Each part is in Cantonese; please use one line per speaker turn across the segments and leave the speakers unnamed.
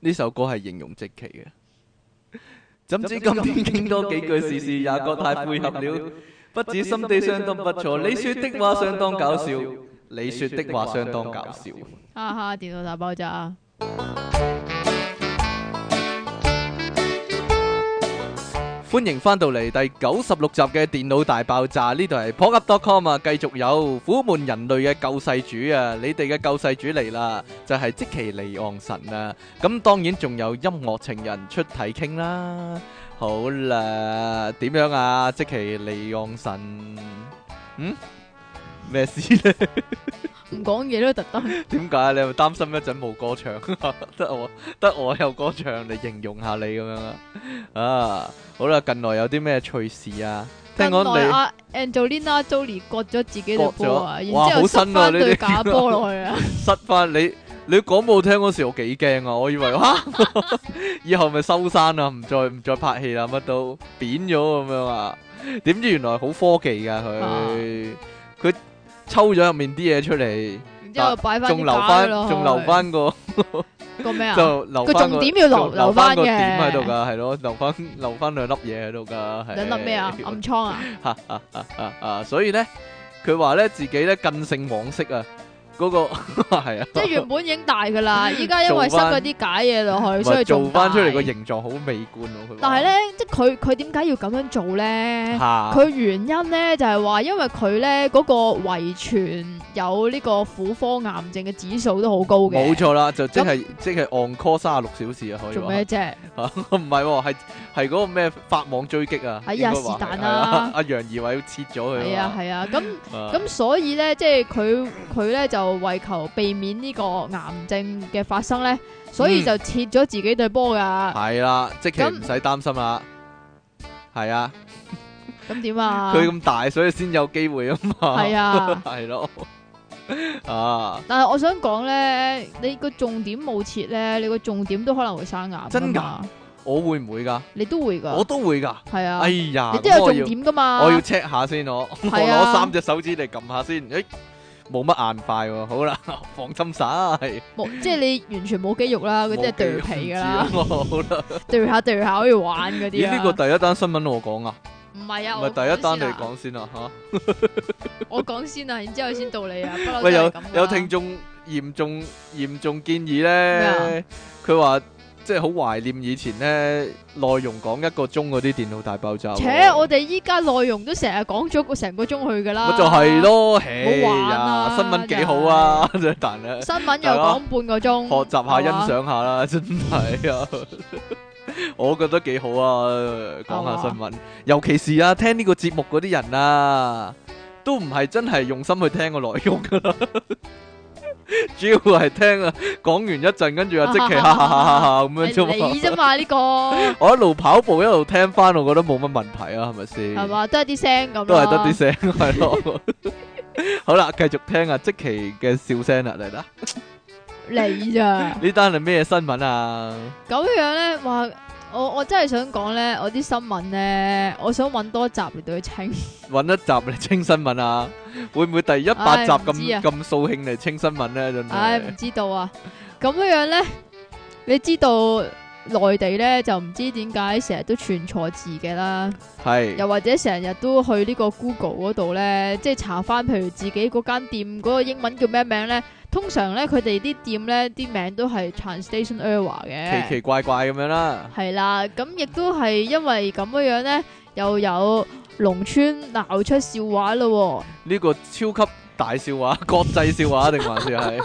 呢首歌係形容即期嘅。 怎知今天 傾多幾句時事，也覺太晦合了。不止心地相當不錯，你說的話相當搞笑，你說的話相當搞笑。
哈哈，電腦大爆炸。
歡迎翻到嚟第九十六集嘅電腦大爆炸，呢度係 pocket.com 啊，繼續有苦悶人類嘅救世主啊，你哋嘅救世主嚟啦，就係即其離岸神啊，咁當然仲有音樂情人出體傾啦，好啦，點樣啊？即其離岸神，嗯，咩事咧？
唔講嘢都特登，
點解你係咪擔心一陣冇歌唱？ 得我得我有歌唱嚟形容下你咁樣啊！啊，好啦，近來有啲咩趣事啊？ 聽
近
講
來
你
阿 Angelina Jolie 割咗自己對
割咗
波啊，然
哇
之後
好
塞
新啊
翻
呢
對
啲
假波落去 啊，
塞翻你你講冇聽嗰時，我幾驚啊！我以為哇， 以後咪收山啊啦，唔再唔再拍戲啦，乜都扁咗咁樣啊！點知原來好科技噶
啊
佢，佢抽咗入面啲嘢出嚟，
然之後擺翻
啊仲
啲
留
假嘅
翻
落去
仲留翻個。
個咩啊？
就留
個
翻
重點要留
留
返
翻個
嘅
點喺度噶，係咯，留翻留翻兩粒嘢喺度噶，係
兩粒咩啊？暗瘡 啊？
啊啊啊啊啊！所以咧，佢話咧自己咧更勝往昔啊，嗰個係啊，
即係原本已經大噶啦， 依家因為塞
做返
嗰啲假嘢落去，所
咪
以
做
翻
翻出嚟個。形狀好美觀咯。佢話
但係咧，即係佢佢點解要咁樣做咧？
嚇
佢原因咧就係話，因為佢咧嗰個遺傳有呢個婦科癌症嘅指數都好高嘅。
冇錯啦，就即係即係 on call 三十六小時啊，可以
做
話
咩啫？
唔係喎，係係嗰個咩法網追擊啊，
哎呀
應該話
是但
係
啦
啊阿楊怡偉切咗佢
係啊係啊，咁
係啊
咁所以咧，即係佢佢咧就為求避免呢個癌症嘅發生咧，所
嗯
以
啊
就切咗自己對波噶。
系啦，即期
咁
唔使擔心啦。係啊，
咁點啊？
佢咁大，所以先有機會啊嘛。
係啊。
係咯，啊，
但係我想講咧，你個重點冇切咧，你個重點都可能會生癌。
真㗎？我會唔會噶？
你都會㗎。
我都會噶。
係啊
哎，呀，
你都
咁
有
我要
重點㗎嘛？
我要 check 下先，我我
係啊
攞三隻手指嚟撳下先。誒，冇乜硬塊喎。好啦， 放心晒。
冇，即係你完全冇肌肉啦，嗰啲係
對
對皮㗎啦，
好啦，
對下對下可以玩嗰啲
啊咦？
啊。
呢個第一單新聞我講啊，
唔係啊，
唔
我
係第一單你
先啊，
講先啊吓。
我講先啊，然之後先到你啊，不嬲都
喂，有
係咁㗎
有
啦
聽眾嚴重嚴重建議
咩啊
咧，佢話即係好懷念以前咧內容講一個鐘嗰啲電腦大爆炸喎。
且我哋依家內容都成日講咗個成個鐘去噶啦，
咪就係。咯，唉
好玩
呀，
啊
新聞幾好啊， 真係但係
新聞又講半個鐘，
學習下、
係嘛
欣賞下啦，真係啊！我覺得幾好啊，講下新聞，尤其是啊聽呢個節目嗰啲人啊，都唔係真係用心去聽個內容噶啦，主要係聽啊講完一陣，跟住啊即期哈哈哈哈哈咁樣啫
係
嘛
你。啫 嘛呢個
我一路跑步一路聽翻，我覺得冇乜問題啊，係咪先？
係嘛，都係啲聲咁，
都係得啲。聲，係咯。好啦，繼續聽啊，即期嘅笑聲啦，嚟啦！
你咋
呢單係咩新聞啊？
咁樣咧？話我我真係想講咧，我啲新聞咧，我想揾多集嚟對佢 清。
揾一集嚟清新聞啊？會唔會第一百
唉
集
唔知
咁
啊
咁掃興嚟清新聞咧？真
唉，
係
唔知道啊。咁樣咧，你知道內地咧就唔知點解成日都串錯字嘅啦。
係
又或者成日都去呢個 Google 嗰度呢，即係查翻，譬如自己嗰間店嗰個英文叫咩名呢？通常呢，佢哋啲店呢啲名都係 translation error
奇
嘅，
奇怪怪咁樣啦。
係啦。咁亦都係因為咁樣樣呢，又有農村鬧出笑話咯
呢個超級大笑話、 國際笑話定還 是係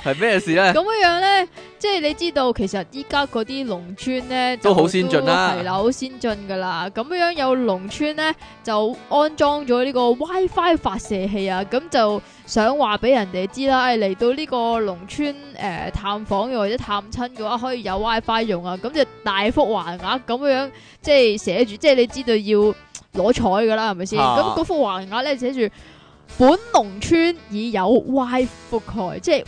係咩事
喎。
咧？
咁樣樣呢，即係你知道，其實依家嗰啲農村呢，
都
就
好先進啦
係啦，好先進噶啦。咁樣有農村呢，就安裝咗呢個 WiFi 發射器啊，咁就想話俾人哋知啦，誒哎嚟到呢個農村誒、呃探訪又或者探親嘅話，可以有 WiFi 用啊。咁就大幅橫額咁樣，即係寫住，即係你知道要攞彩噶啦，係咪先？
啊
咁嗰、幅橫額咧寫住。本農村已有 WiFi 覆蓋，即係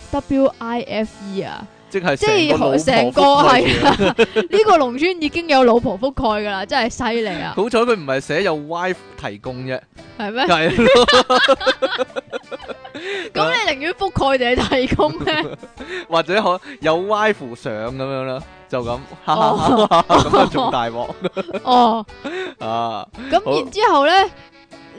WIFE 啊！
即係
即係
成
成
個老婆
個
覆蓋
係
住啊
啊！ 呢個農村已經有老婆覆蓋噶啦，真係犀利啊！
好彩 佢唔係寫有 wife 提供啫，
係咩？
係咯。
咁你寧願覆蓋定係提供咧？
或者可有 Y 扶上咁樣啦，就咁，哈哈哈
哦
哈哈咁啊仲大鑊
哦，
啊！好
咁然之後咧，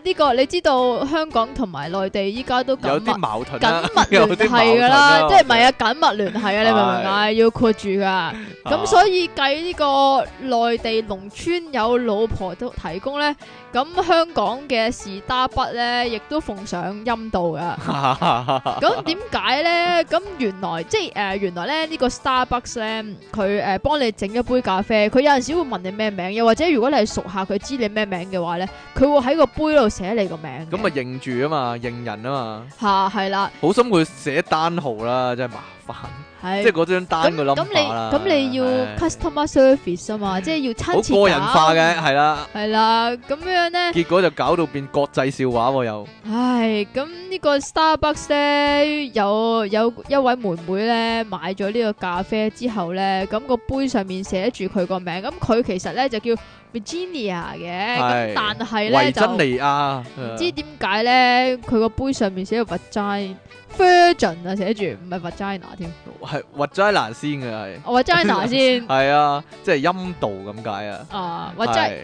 呢個你知道香港同埋內地依家都緊
有
密
啲矛盾
緊
啦，
密
有
聯
啲
繫
矛
㗎
盾
啦，即係唔係
啊
啊緊密聯繫啊？你明唔明啊？要括 住㗎，
或者？
咁所以計呢個內地農村有老婆都提供咧，咁香港嘅士打筆咧亦都奉上陰道㗎。
以
咁點解咧？咁原來即係誒、呃原來咧呢、呢個 Starbucks 咧，佢誒幫你整一杯咖啡，佢有陣時會問你咩名，又或者如果你係熟客，佢知你咩名嘅話咧，佢會喺個杯度寫你個名嘅。
咁咪認住啊嘛，認人啊嘛，
嚇係啦，
好心會寫單號啦，真係麻煩。
係
即係嗰張單
咁
個
咁
number
你
啦
咁你要
係
customer service 啊嘛，即係要
好
親切
個人化嘅，
感
係啦。
係啦，咁樣咧。
結果就搞到變國際笑話喎又。
唉，咁呢個 Starbucks 咧，有有一位妹妹咧買咗呢個咖啡之後咧，咁個杯上面寫住佢個名，咁佢其實咧就叫 Virginia 嘅，咁
係
但係咧
維
就
珍
唔
尼啊亞，
知點解咧，佢個杯上面寫住 Virgin Virgin 啊，寫住唔係 Virginia 添
係滑齋難先嘅係。
我 Virginia 先
係啊，即係陰道咁解啊。
啊，Virgin
係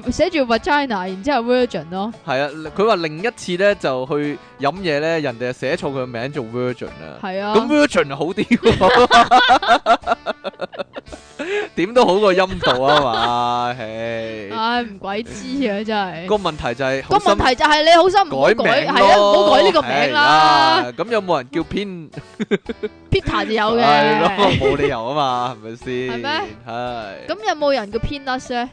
係寫住 Virginia，然之後 Virgin 咯，
係啊，佢話另一次咧就去飲嘢咧，人哋係寫錯佢個名做 Virgin 啊。
係啊，
咁 Virgin 好啲喎， 點都好過陰道啊嘛。唉，
唉唔鬼知啊真係。
個問題就係
個
好心
問題就係你好心唔好
改
改，
名
係啊，唔好改呢個名啦。
係。咁有冇人叫偏
Peter 就有
係咯？
嘅，
冇理由啊嘛，係咪先？
係咩
係。
咁有冇人叫 Peanuts 咧？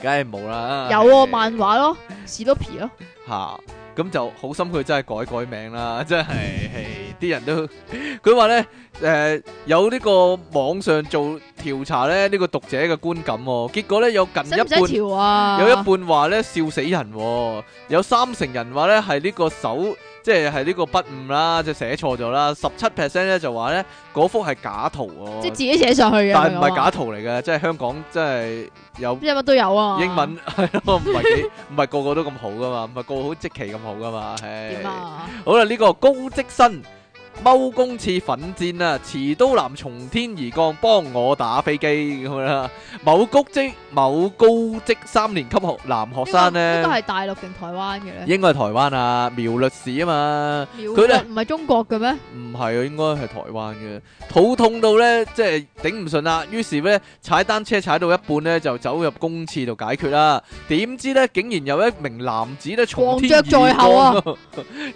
梗係冇啦。
有喎，漫畫咯，史多皮咯，
嚇。咁就好心佢真係改改名啦，真係係啲人都佢話咧誒有呢個網上做調查咧呢、個讀者嘅觀感喎、結果咧有近
使唔
一
使
半
調啊？
有一半話咧笑死人、喎，有三成人話咧係呢個手，即係係呢個筆誤啦，即係寫錯咗啦。十七 percent 咧就話咧嗰幅係假圖喎、
即係自己寫上去嘅，
但係唔係
係
假
嘛，
圖嚟嘅，即係香港真係有
即係乜都有啊。
英文 係咯，唔係幾唔係個個都咁好噶嘛，唔係個個好即期咁好噶嘛，
點
係。
啊？
好啦，呢、個高職生踎公廁奮戰啊，持刀男從天而降，幫我打飛機咁樣啦。某高職某高職三年級學男學生
呢
呢，
個係大陸定台灣嘅咧？
應該係台灣啊，苗栗市啊嘛，佢
佢
咧
唔係中國嘅咩？
唔係啊，應該係台灣嘅。肚痛到呢，即係頂唔順啦，於是呢，踩單車踩到一半呢，就走入公廁度解決啦。點知呢，竟然有一名男子呢，從
黃
天而
雀在後啊
降，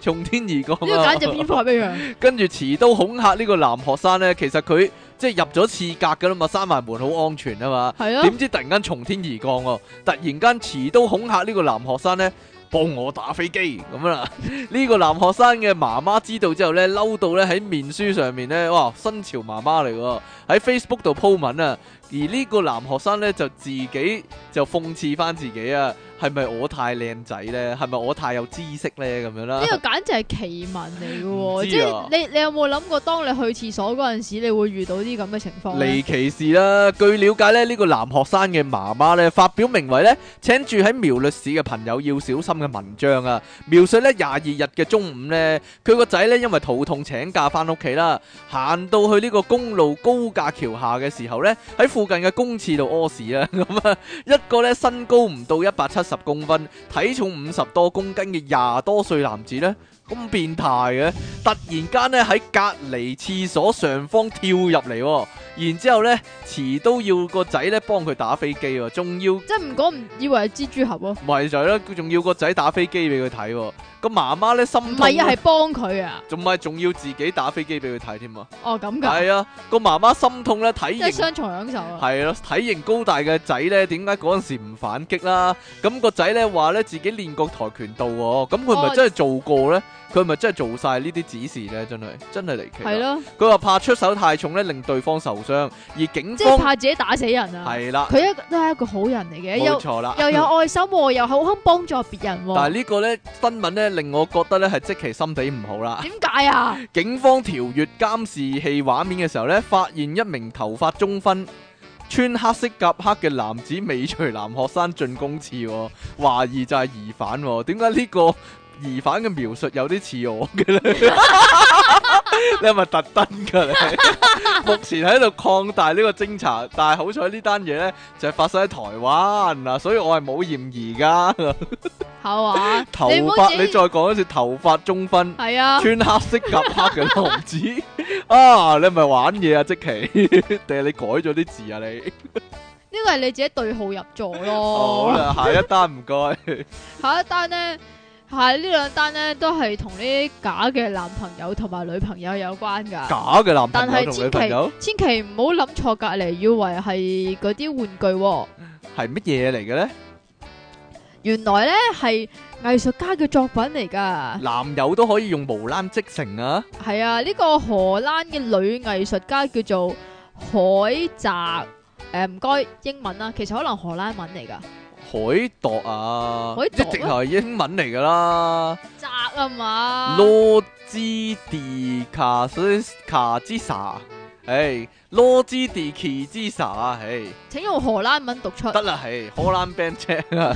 從天而降啊。
呢個簡直蝙蝠俠一樣。
跟住持刀恐嚇呢個男學生呢，其實佢即係入咗刺格噶啦嘛，閂埋門好安全啊嘛。
係咯
點，知突然間從天而降喎、突然間持刀恐嚇呢個男學生呢，幫我打飛機咁樣啦。 呢個男學生嘅媽媽知道之後呢，嬲到呢喺面書上面呢，哇新潮媽媽嚟喎，喺 Facebook 度鋪文啊。而呢個男學生呢，就自己就諷刺翻自己啊，係咪我太靚仔呢？係咪我太有知識呢？咁樣啦
呢。個簡直係奇聞嚟嘅
唔
喎。即
知啊
係你你有冇諗過，當你去廁所嗰陣時，你會遇到啲咁嘅情況呢
離奇事啦！據了解咧，呢、個男學生嘅媽媽咧發表名為咧請住喺苗栗市嘅朋友要小心嘅文章啊，描述咧廿二日嘅中午咧，佢個仔咧因為肚痛請假翻屋企啦，行到去呢個公路高架橋下嘅時候咧，喺附近嘅公廁度屙屎啦，咁啊 一個咧身高唔到一百七十公分、體重五十多公斤嘅廿多歲男子咧，咁變態嘅，突然間咧喺隔離廁所上方跳入嚟喎。然之後咧，遲都要個仔咧幫佢打飛機喎，仲要
即係唔講唔以為係蜘蛛俠咯。
咪就係咯，仲要個仔打飛機俾佢睇喎。個媽媽咧心
唔
痛，
係啊，係幫佢啊。
仲咪仲要自己打飛機俾佢睇添啊。
哦，咁噶，
係啊，個媽媽心痛咧，體
即
型
係雙重享受啊！
係咯，體型高大嘅仔咧，點解嗰陣時唔反擊啦？咁個仔咧話咧自己練過跆拳道喎，咁佢咪
哦
真係做過咧？佢咪真係做晒呢啲指示咧？真係真係離奇啊。
係咯，
佢話怕出手太重咧，令對方受傷，而警
即係
方
怕自己打死人啊！
係啦，
佢一個都係一個好人嚟嘅，
冇
又
錯啦。
又有愛心喎，又好肯幫助別人
但
喎。
係呢個咧新聞咧令我覺得咧係即其心地唔好啦。
點解啊？
警方調閱監視器畫面嘅時候咧，發現一名頭髮中分、穿黑色夾克嘅男子尾隨男學生進公廁、喎，懷疑就係疑犯、喎。點解呢個疑犯嘅描述有啲似我嘅咧？你係咪特登㗎你？ 目前喺度擴大呢個偵查，但係好彩呢單嘢咧就係發生喺台灣嗱，所以我係冇嫌疑㗎。
系 嘛？
頭
你唔好
髮
自
你再講一次，頭髮中分。
系啊，
穿黑色夾黑嘅都唔 知啊！你係咪玩嘢啊，即奇 定係你改咗啲字啊你？
呢個係你自己對號入座
好
咯。
啦，下一單唔 該。
下一單呢，下呢兩單呢，都係同呢啲假嘅男朋友同埋女朋友有關㗎。
假嘅男
但
朋
係
友同女
千
朋友
祈千祈唔好諗錯隔離，以為係嗰啲玩具、喎。
係乜嘢嚟嘅咧？
原來呢係藝術家嘅作品嚟㗎。
男友都可以用無蘭織成啊！
係啊，呢、個荷蘭嘅女藝術家叫做海澤。誒唔該英文啦，其實可能荷蘭文嚟㗎，
海鐸啊，
海
一
鐸
直係英文嚟噶啦
澤啊嘛，
，Lord D 卡斯卡之沙，誒，Lord 哎啊 D 奇之沙，誒。
請用荷蘭文讀出。
得啦，係荷蘭 band check 啊！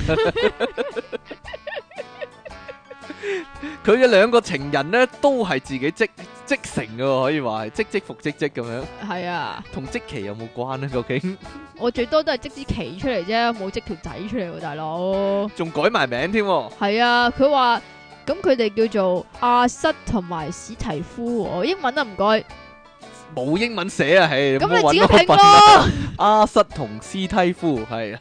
佢嘅兩個情人咧，都係自己積積成嘅喎，可以話係積積復積積咁樣，
係啊。
同積淇有冇關咧？究竟
我最多都係織支旗出嚟啫，冇織條仔出嚟喎，大佬。
仲改埋名添喎？
係啊，佢話咁佢哋叫做阿瑟同埋史提夫喎，英文啊唔該。
冇英文寫啊，係
咁你自
冇
己
揾
拼
我笨啊！
咯。
阿瑟同斯梯夫係啦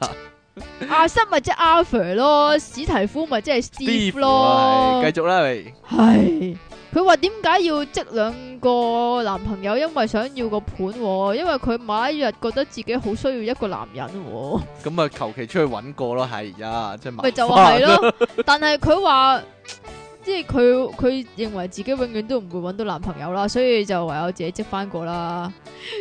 阿瑟咪即係 Arthur 咯，史提夫咪即係 Steve
，Steve 啊
咯。
係繼續啦，喂，
係。佢話點解要織兩個男朋友？因為想要個伴喎，因為佢某一日覺得自己好需要一個男人喎。
咁啊求其出去揾個咯，係呀，真係麻
咪就
煩
係咯。但係佢話，即係佢佢認為自己永遠都唔會揾到男朋友啦，所以就唯有自己積翻個啦。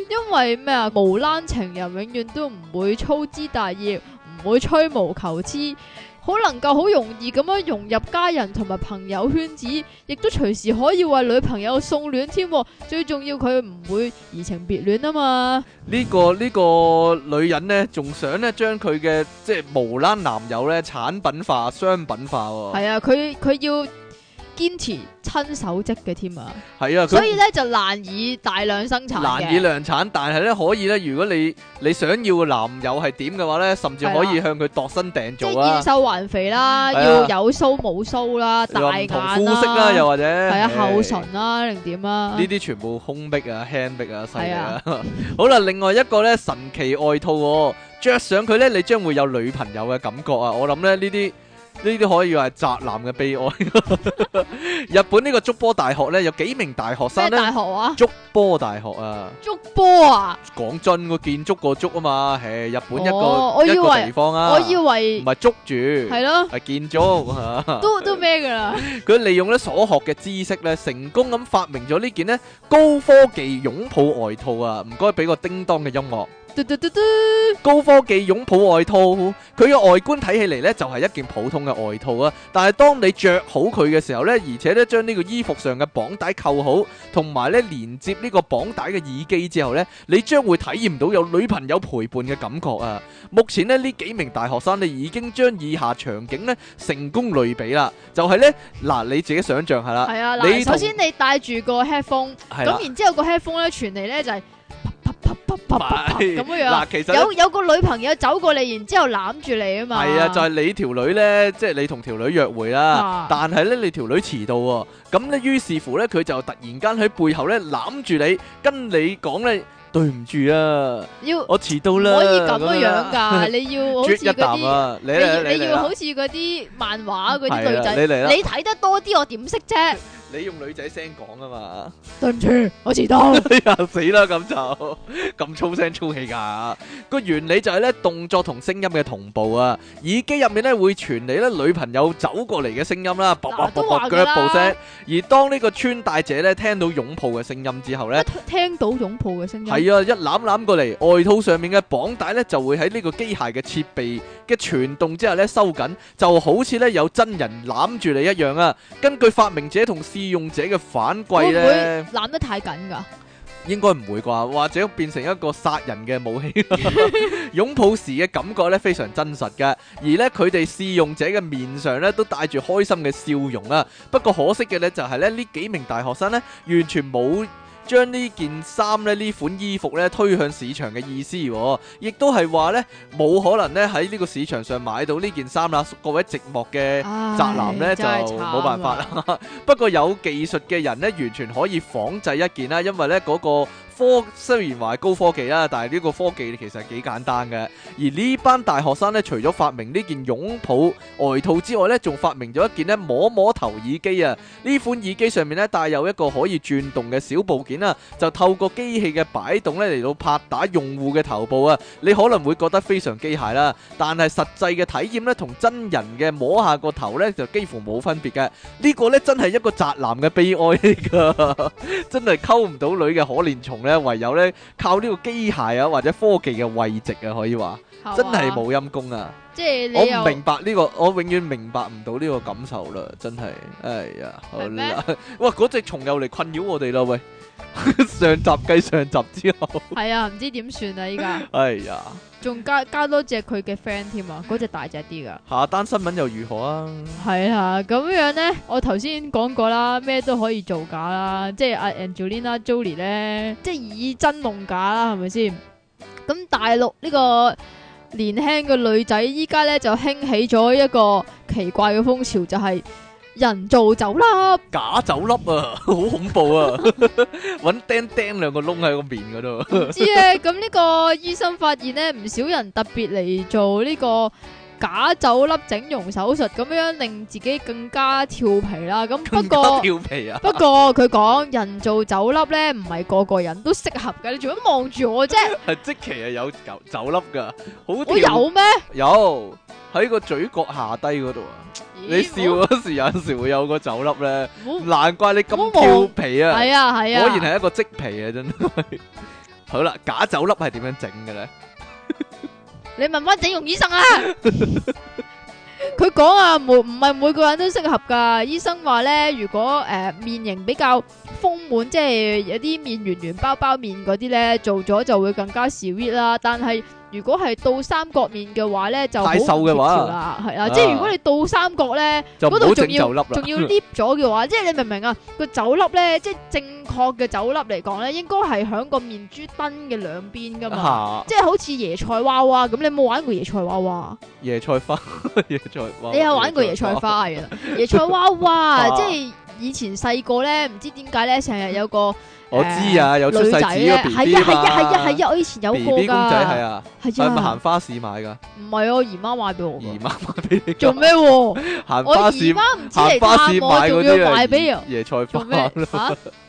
因為咩啊，無冷情人永遠都唔會粗枝大葉，唔會吹毛求疵。好能夠好容易咁樣融入家人同埋朋友圈子，亦都隨時可以為女朋友送戀添喎。最重要佢唔會移情別戀啊嘛。
呢、個呢、個女人呢，仲想咧將佢嘅即係無啦男友呢產品化、商品化喎。
係啊，佢佢要堅持親手織嘅添啊。
係啊，
所以
佢
咧就難以大量生產
難以
嘅，
量產，但係呢可以呢，如果你你想要嘅男友係點嘅話呢，甚至可以
係啊
向佢度身訂
即
做
係
啊
燕，瘦還肥啦，
係啊
要有須冇須啦，
又
大
唔
眼
同膚色啦，又或者
係啊
係
厚唇啦，定點啊啦，
呢啲全部空壁啊、輕壁啊、細
Ờ. 係
啊
啊。
好啦，另外一個咧神奇外套喎，着上佢咧，你將會有女朋友嘅感覺啊！我諗咧呢啲。呢啲可以話係宅男嘅悲哀。 日本呢個筑波大學咧，有幾名大學生咧
咩大，學啊？
筑波大學啊，
竹波啊！
講真個建築個筑啊嘛，係日本一個、
哦我以
一個
為
地方啊，
我以為
唔係捉住，
係
係
咯，
建築啊。
都都咩㗎啦？
佢利用咧所學嘅知識咧，成功咁發明咗呢件咧高科技擁抱外套啊！唔該，俾個叮當嘅音樂。
嘟嘟嘟嘟，
高科技擁抱外套，佢嘅外觀睇起嚟呢，就係一件普通嘅外套啊！但係當你着好佢嘅時候呢，而且呢將呢個衣服上嘅綁帶扣好，同埋呢連接呢個綁帶嘅耳機之後呢，你將會體驗到有女朋友陪伴嘅感覺啊！目前呢，呢幾名大學生呢已經將以下場景呢成功類比啦，就係呢，嗱你自己想象下啦，
係啊！
你
嗱，
同
首先你戴住個 headphone，
係啦
咁，然之後個 headphone 咧傳嚟咧就係啪啪啪啪啪啪啪咁樣樣
嗱，其實呢
有有個女朋友走過嚟，然之後攬住你啊嘛。
係啊，就係你條女呢，即係你同條女約會啦
啊，
但係呢，你條女遲到喎，咁呢，於是乎呢，佢就突然間喺背後呢攬住你，跟你講呢：「對唔住啊，
要
我遲到
唔
啦，
可以咁樣樣
樣啊
㗎，你要好似
啜一
嗰
啖
啲，
啊，你
你
嚟
要
你
你
嚟
要
啦
好，似嗰啲漫畫嗰啲
係
女
啦，
仔，
你嚟啦，
你睇得多啲，我點識啫？
你用女仔聲講啊嘛，
對唔住，我遲到。
哎呀死啦咁就 咁粗聲粗氣㗎，個原理就係呢動作同聲音嘅同步啊，耳機入面呢會傳嚟呢女朋友走過嚟嘅聲音啦，啵啵
嗱
啵
都
啵
話
腳
㗎
步
啦
聲。而當呢個穿戴者咧聽到擁抱嘅聲音之後
一
咧，
聽到擁抱嘅聲音，
係啊，一攬攬過嚟，外套上面嘅綁帶咧就會喺呢個機械嘅設備嘅傳動之下咧收緊，就好似咧有真人攬住你一樣啊！根據發明者同試用者嘅反
會
饋
唔會
咧，
攬得太緊㗎？
應該唔會啩，或者變成一個殺人嘅武器。 擁抱時嘅感覺咧非常真實嘅，而咧佢哋試用者嘅面上咧都帶住開心嘅笑容啦。不過可惜嘅咧就係咧呢幾名大學生咧完全冇。將呢件衫咧，呢款衣服咧推向市場嘅意思喎、亦都係話咧冇可能咧喺呢個市場上買到呢件衫啦。各位寂寞嘅
唉
宅男咧就
真係慘啊
冇辦法啦。 不過有技術嘅人咧，完全可以仿製一件啦，啊因為咧嗰、個科雖然話係高科技啦，但係呢個科技其實係幾簡單嘅。而呢班大學生咧，除咗發明呢件擁抱外套之外咧，仲發明咗一件咧摸摸頭耳機啊！呢款耳機上面咧帶有一個可以轉動嘅小部件啊，就透過機器嘅擺動咧嚟到拍打用戶嘅頭部啊！你可能會覺得非常機械啦，但係實際嘅體驗咧同真人嘅摸下個頭咧就幾乎冇分別嘅。呢個咧真係一個宅男嘅悲哀嚟噶， 真係溝唔到女嘅可憐蟲咧，唯有咧靠呢個機械啊或者科技嘅慰藉啊，可以話。
係
真係
嘛，
冇陰功啊！
即係
我
你
唔
又
明白呢個，我永遠明白唔到呢個感受啦，真係，哎呀，好
係咩
啦， 哇，嗰隻蟲又嚟困擾我哋啦，喂， 上集繼上集之後，
係啊，唔知點算啊！依家
哎呀，
仲加加多隻佢嘅 friend 添啊，嗰隻大隻啲噶。
下單新聞又如何啊？
係啦，咁樣咧，我頭先講過啦，咩都可以造假啦，即係阿 Angelina Jolie 咧，即係以真弄假啦，係咪先？咁大陸呢個年輕嘅女仔，依家咧就興起咗一個奇怪嘅風潮，就係、人造酒啦，
假酒粒啊， 好恐怖啊！ 揾釘釘兩個窿喺個面嗰度，
唔知咧，咁呢個醫生發現咧，唔少人特別嚟做呢個假酒粒整容手術，咁樣令自己更加調皮啦。咁不
更 加
過
調皮啊！
不過佢講人造酒粒咧，唔係個個人都適合嘅。你做乜望 住我啫？
係即期係有酒酒粒噶，好
我
調
有咩？
有喺個嘴角下低嗰度啊！你笑
咦
嗰時有陣時會有個酒粒咧。
唔好
難怪你咁
冇
調
望
皮啊！
係啊係
果然
啊，
係一個積皮啊，真係。 好啦，假酒粒係點樣整嘅咧？
你問翻整容醫生啊！佢講啊，每唔係每個人都適合㗎。醫生話咧，如果誒、呃面型比較豐滿，即係有啲面圓圓包包面嗰啲咧，做咗就會更加 sweet 啦。但係如果係倒三角面嘅話咧，就好
太瘦嘅
唔
話
協調啦，係啊，即係如果你倒三角咧。
就唔
嗰
好
度
整
仲要
酒粒啦
仲。要 lift 咗嘅話，即係你明唔明啊？個酒粒咧，即係正確嘅酒粒嚟講咧，應該係喺個面珠墩嘅兩邊噶
嚇！
嘛，即係好似椰菜娃娃咁。你有冇玩過椰菜娃娃？
椰菜花， 椰菜花。
你有玩過椰菜？花啊原來椰菜娃
啊
娃即係以前細個咧，唔知點解咧，成日有個
我知啊，有出世
女
紙
仔咧，
嘅 B
係啊
B
係啊係啊係啊，我以前有
B
過
B 公仔係
㗎，
啊，
係
係咪
啊
行，花市買㗎？
唔係啊我姨媽買俾我㗎
姨媽買俾你㗎。
做咩喎？
行花
我
市
姨媽唔知
行
嚟
花市
探
買
我，
嗰
仲
啲
要
啊
買俾我，
椰菜
做
花
咩
咯。
吓？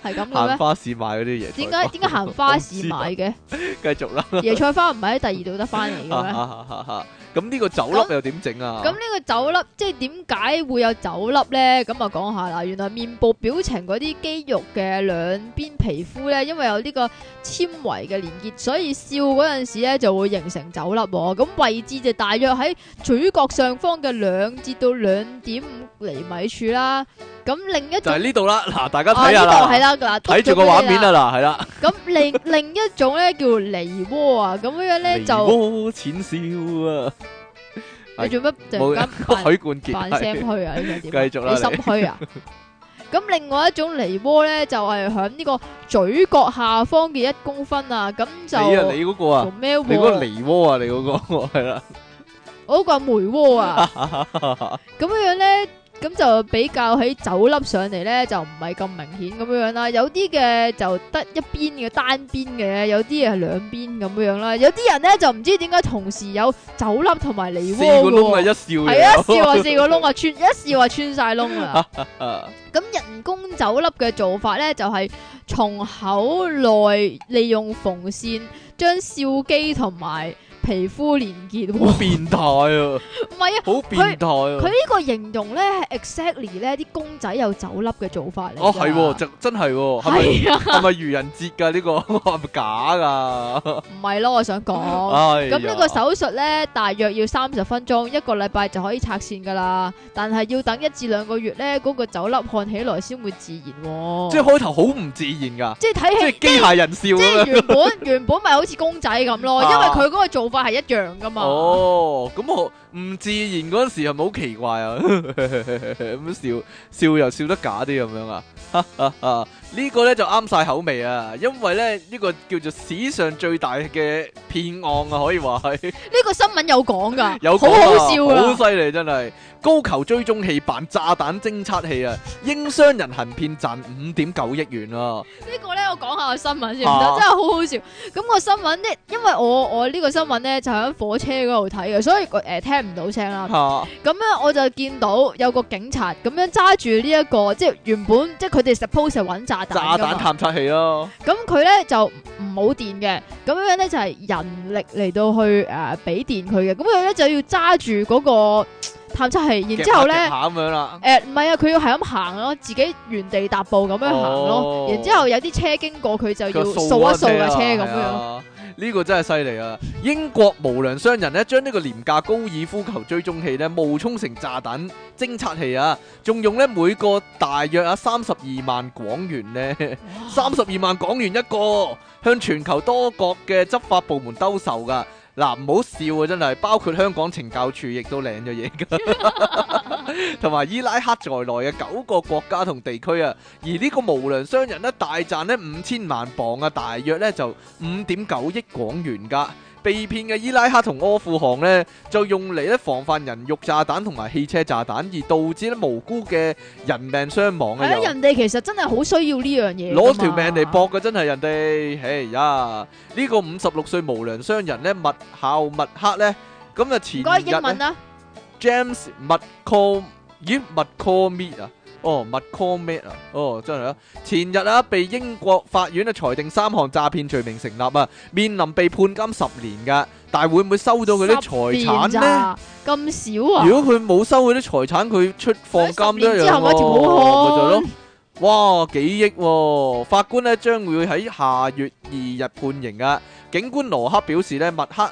係咁嘅咩
行？花市買嗰啲
點
椰菜
解
花。
點解行花市買嘅啊
繼續啦。
椰菜花唔係喺第二度得翻嚟嘅咩？
咁呢個酒粒又點整啊？
咁呢個酒粒即係點解會有酒粒呢？咁啊講下啦，原來面部表情嗰啲肌肉嘅兩邊皮膚呢，因為有呢個纖維嘅連結，所以笑嗰陣時咧就會形成酒粒喎。咁位置就大約喺嘴角上方嘅兩至到兩點五厘米處啦。咁另一
就
種
係呢度啦。嗱，大家
啊
睇下
呢度係
啦，
啦，嗱
睇住個畫面啦，。嗱，係啦。
咁另另一種咧叫梨窩啊，咁樣咧就。
就淺笑啊！
你做乜突
冇
然間扮
許冠傑
扮
係
聲虛 啊？呢個點啊？
繼續啦
你心虛 啊？咁另外一種梨窩咧，就係響呢個嘴角下方嘅一公分啊，咁就
你啊，你嗰個
做
啊，
咩
你嗰個
喎？
梨窩啊，你嗰個係啦，
我嗰個係梅 窩啊，咁樣樣咧，咁就比較起酒粒上嚟咧，就唔係咁明顯咁樣樣啦。有啲嘅就得一邊嘅單邊嘅，有啲係兩邊咁樣樣啦。有啲人咧就唔知點解同時有酒粒同埋梨
四
窩
個窿啊，
嘅
一
喎。
笑
係啊，
嘅，
笑話四個窿啊，穿一笑話穿晒窿啊！
啊
咁人工酒粒嘅做法咧，就係、從口內利用縫線將笑肌同埋皮膚連結喎。
好變態啊！
唔係啊，
好變態
佢
啊！
呢個形容咧係 exactly 咧啲公仔有酒粒嘅做法嚟㗎。
哦，係喎，就真係喎，係咪
啊係啊，哦
係咪愚人節㗎？呢個 係咪假㗎？
唔係咯，我想講。咁
咁
呢個手術呢，大約要三十分鐘，一個禮拜就可以拆線噶啦。但係要等一至兩個月呢，嗰、個酒粒看起來先會自然、喎。
即係開頭好唔自然㗎，
即係睇
即
起，
係機械人笑
即
咁
係
樣。
原本 原本咪好似公仔咁咯，因為
啊
佢嗰個做法係一樣噶嘛。
哦，咁我唔自然嗰陣時係咪好奇怪啊？ 咁笑笑又笑得假啲咁樣啊！啊 呢個呢就啱晒口味啊，因為呢，呢個叫做史上最大嘅騙案啊，可以話係。
呢個新聞有講噶，
有
好
講啊
好笑
好
啊！
犀利真係高球追蹤器扮炸彈偵測器啊！英商人行騙賺五點九億元啊！
呢個呢，我講下個新聞先唔
啊
得，真係好好笑。咁、個新聞呢，因為我我呢個新聞呢，就喺火車嗰度睇嘅，所以誒、呃、聽唔到聲啦。
嚇
咁咧我就見到有個警察咁樣揸住呢一個，即係原本即係佢哋 suppose 係揾炸
炸
彈
彈
㗎嘛。
探測器咯，
咁佢咧就唔冇電嘅，咁樣咧就係人力嚟到去誒俾、電佢嘅。咁佢咧就要揸住嗰個探測器，然之後
夾
咧
下夾下咁樣啦，
誒唔係啊，佢要係咁行咯，自己原地踏步咁樣行
哦
咯。然之後有啲車經過佢就要
佢
掃
嗰
一掃架車
啊
咁
係
樣。
啊呢個真係犀利啊！英國無良商人呢，將呢個廉價高爾夫球追蹤器呢，冒充成炸彈偵測器啊，仲用呢每個大約啊三十二萬港元呢。三十二萬港元一個，向全球多國嘅執法部門兜售噶。嗱，唔好笑啊，真係，包括香港懲教處亦都領咗嘢噶， 同埋伊拉克在內嘅九個國家同地區啊。而呢個無良商人呢，大賺呢五千萬磅啊，大約呢就五點九億港元噶。被騙嘅伊拉克同阿富汗呢，就用嚟咧防範人肉炸彈同埋汽車炸彈，而導致呢無辜嘅人命傷亡
係
啊。
啊
又，
人哋其實真係好需要呢樣嘢㗎啊嘛。
攞條命嚟搏嘅真係人哋，唉呀！呢個五十六歲無良商人咧，麥孝麥克咧，咁啊前
唔該
日
英文
咧
啦，
，James 麥 call 咦麥 call me 啊，哦麥 call me 啊，哦真係啊！前日啊，被英國法院啊裁定三項詐騙罪名成立啊，面臨被判監十年噶，但係會唔會收到佢啲財
變
產咧？
咋咁少啊？
如果佢冇收佢啲財產，佢出放監都一
十年
樣
之後咪一條好
喎，
漢
咪就係咯。哇，幾億喎、法官咧將會喺下月二日判刑啊！警官羅克表示咧，麥克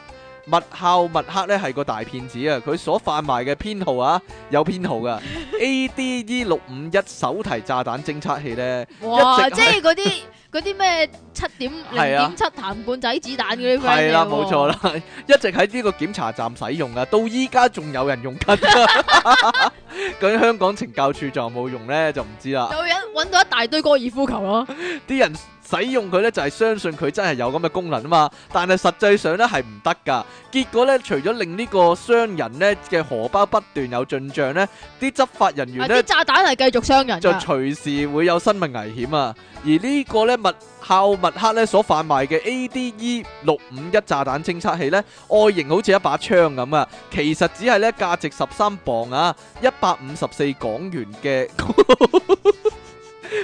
麥孝麥克咧係個大騙子啊！佢所販賣嘅編號啊，有編號 噶 ADE E 六五一手提炸彈偵測器咧，
哇！
一直
即係嗰啲嗰啲咩七點
係
零
啊
點七彈罐仔子彈嗰啲 friend
係啦，
嚟喎
冇錯。啦，一直喺呢個檢查站使用啊，到依家仲有人用緊。 究竟香港懲教處仲有冇用咧，就唔知啦。
有人揾到一大堆高爾夫球咯，
啲人使用佢呢，就係、相信佢真係有咁嘅功能啊嘛，但係實際上呢，係唔得噶。結果呢，除咗令呢個商人呢嘅荷包不斷有進帳呢，啲執法人員
啊
呢
啲，炸彈係繼續傷人啊
就
㗎。
隨時會有生命危險啊！而呢個呢，麥孝麥克呢所販賣嘅 ADE 六五一炸彈偵測器呢，外形好似一把槍咁啊，其實只係呢價值十三磅啊，一百五十四港元嘅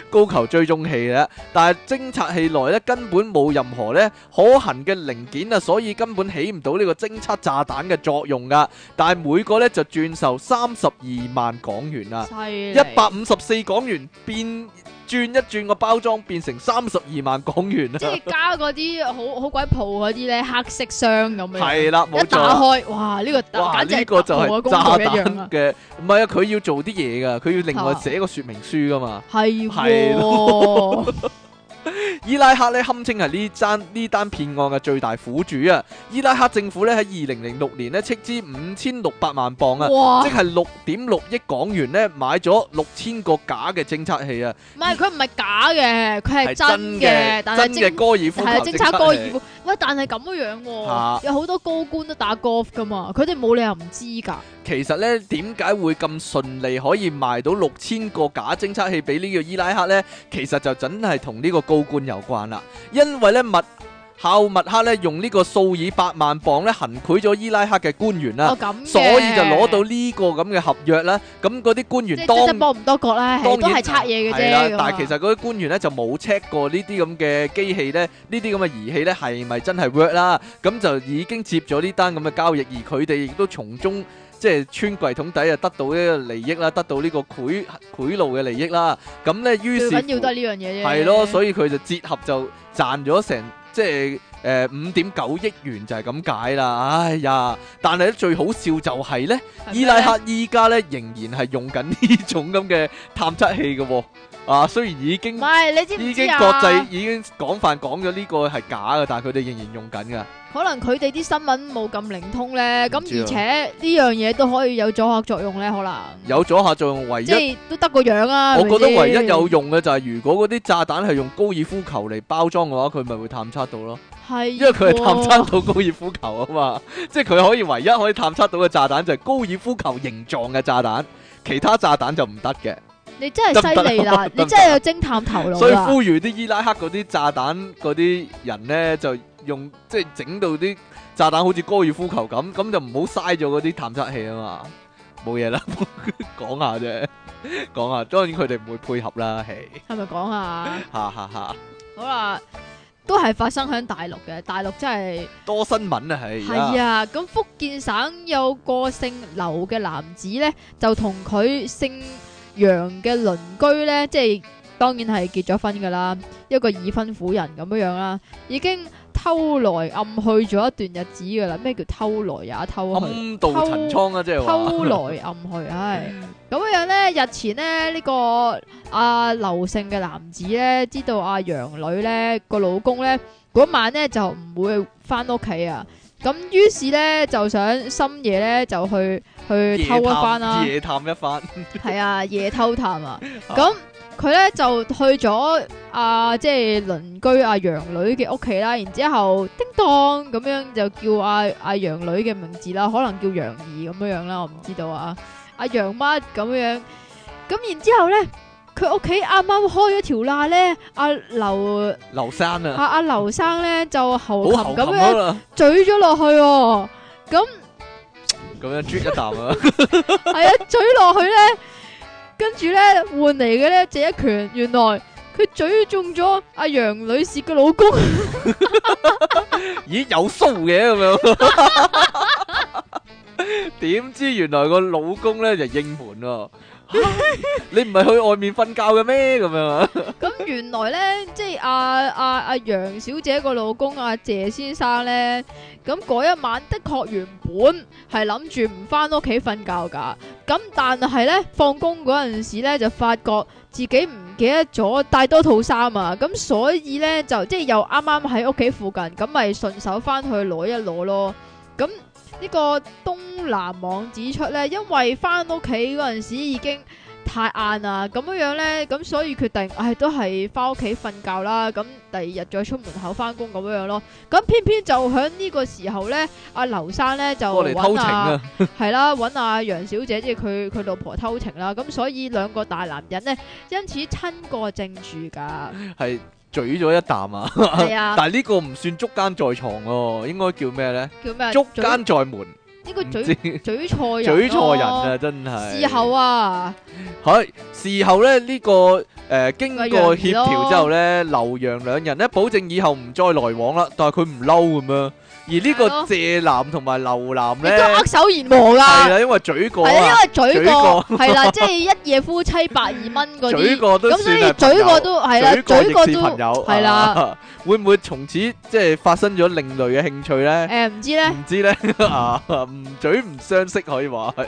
高球追蹤器啦。但係偵測器內呢，根本冇任何呢可行嘅零件啊，所以根本起唔到呢個偵測炸彈嘅作用噶。但係每個呢，就轉售三十二萬港元啊！
一
一百五十四港元變轉一轉個包裝變成三十二萬港元啦啊
即，係加嗰啲好好鬼鋪嗰啲咧黑色箱咁樣，
係啦，冇
一
錯
打
啦。
開，哇！呢個
哇！
簡直
呢個就
係
係
工
炸
具一樣
彈
啊！
嘅，唔係啊！佢要做啲嘢噶，佢要另外
啊
寫個說明書噶嘛。
係
係
喎，
伊拉克咧堪稱係呢單呢單騙案嘅最大苦主啊！伊拉克政府咧喺二零零六年咧斥資五千六百萬 磅啊，
哇
即！係六點六億港元咧買咗六千個假嘅偵測器啊，
唔係佢唔係假嘅，佢係
係
真嘅，但係
真嘅
偵
高爾夫
係啊，
球
偵
偵
察
測
高爾
器
夫。喂，但係咁樣喎、
嚇
有好多高官都打 golf 噶嘛，佢哋冇理由唔知㗎。
其實咧，點解會咁順利可以賣到六千個假偵測器俾呢個伊拉克呢？其實就真係同呢個高官有關啦，因為呢，麥孝密克咧用呢個數以百萬磅咧行賄咗伊拉克嘅官員啦。
哦咁嘅，
所以就攞到呢個咁嘅合約啦。咁嗰啲官
即
員當
係即係搏唔多角啦，
當
係都
然
係測嘢嘅
係啦
啫。咁
但
啊
係其實嗰啲官員咧就冇 check 過呢啲咁嘅機器咧，呢啲咁嘅儀器咧係咪真係 work 啦？咁就已經接咗呢單咁嘅交易，而佢哋亦都從中。即係穿櫃桶底啊，得到呢個利益啦，得到呢個賄賄賂嘅利益啦。咁咧，於
最
是
緊要
乎
都係呢樣嘢啫。
係咯，所以佢就折合就賺咗成即係誒五點九億元就係咁解啦。哎呀！但係咧最好笑就係咧，
係咩
伊拉克依家咧仍然係用緊呢種咁嘅探測器嘅喎。啊，雖然已
唔
經
係你知唔
已
知
經
啊？
國際已經廣泛講咗呢個係假嘅，但係佢哋仍然用緊㗎。
可能佢哋啲新聞冇咁靈通咧，咁
唔知啊
而且呢樣嘢都可以有阻嚇作用咧，可能
有咗下作用，唯
即
一
係都得個樣啊。
我覺得
係咪
唯
先
一有用嘅就係如果嗰啲炸彈係用高爾夫球嚟包裝嘅話，佢咪會探測到咯。
係，
因為佢係探測到高爾夫球啊嘛， 即係佢可以唯一可以探測到嘅炸彈就係高爾夫球形狀嘅炸彈，其他炸彈就唔得嘅。
你真係犀利 啦，
得
你
唔得
真係有偵探頭 腦
所以
啦。
呼籲啲伊拉克嗰啲炸彈嗰啲人呢，就用即係整到啲炸彈好似高爾夫球咁，咁就唔好嘥咗嗰啲探測器啊嘛。冇嘢啦， 講下啫，講下。當然佢哋唔會配合啦，係，
係咪講啊？
哈哈哈。
好啦，都係發生喺大陸嘅，大陸真係
多新聞啊，係。
係啊。咁福建省有個姓劉嘅男子咧，就同佢姓楊嘅鄰居咧，即係當然係結咗婚噶啦，一個已婚婦人咁樣樣啦，已經偷來暗去咗一段日子噶啦。咩叫偷來也偷去？
暗度陳倉啊，即係話。
偷來暗去，唉，咁樣樣咧，日前咧呢、個阿劉姓嘅男子咧，知道阿楊女咧個老公咧嗰晚咧就唔會翻屋企啊，咁於是咧就想深夜咧就去去偷一番啊啦，
夜探一番，
係啊，夜偷探啊，
啊
咁佢咧就去咗啊，即係鄰居阿楊女嘅屋企啦，然之後叮當咁樣就叫阿阿楊女嘅名字啦，可能叫楊怡咁樣樣啦，我唔知道啊，阿楊乜咁樣，咁然之後咧，佢屋企啱啱開咗條罅咧，阿劉
劉生啊
阿。阿劉生咧就喉
好啊
琴
喉
咁
咁
樣
啦，
咀咗落去喎。
咁樣啜一啖啊！
系啊，嘴落去咧，跟住咧換嚟嘅咧就一拳，原來佢嘴中咗阿楊女士嘅老公，
咦，有鬚嘅咁樣， 點知原來個老公咧就應門 喎。你唔係去外面瞓覺嘅咩？咁 樣啊？
咁原來咧即係阿阿阿楊小姐個老公阿謝先生咧，咁嗰一晚的確原本係諗住唔翻屋企瞓覺噶，咁但係咧放工嗰陣時咧就發覺自己唔記得咗帶多套衫啊，咁所以咧就即係又啱啱喺屋企附近，咁咪順手翻去攞一攞咯，咁。呢個東南網指出咧，因為翻屋企嗰陣時已經太晏啦，咁樣樣咧，咁所以決定，唉，都係翻屋企瞓覺啦，咁第二日再出門口翻工咁樣樣咯。咁偏偏就喺呢個時候咧，阿劉生咧就
過嚟偷
揾
情
啊，
啊！
係啦，揾阿楊小姐，即係佢佢老婆偷情啦，咁所以兩個大男人咧，因此親過正住噶，
係咀咗一啖啊！
係啊，
但係呢個唔算捉奸在床喎，應該叫咩咧？
叫咩啊？
捉
嘴
奸在門，
呢個
唔
嘴
知
嘴錯人，
嘴錯人啊！！真係。
事後啊，
係事後咧呢、個誒、呃、經過
咪
協
楊怡
調
咯
之後咧，劉洋兩人咧保證以後唔再來往啦，但係佢唔嬲咁樣。而呢個
係咯
謝男同埋劉男
你都
咧
握手言和
係
噶。
啦，因為嘴過
係
啊，
啊，因為嘴過
嘴
係啦，即係一夜夫妻百二蚊 嗰
嘴
啲，
過都
咁所
算
以
係朋
嘴
友
過都係啦，嘴過
亦是
都
朋友
係啦。
啊，會唔會從此即係發生咗另類嘅興趣咧？
誒唔知咧，
唔 知咧啊，唔嘴唔相識可以話係。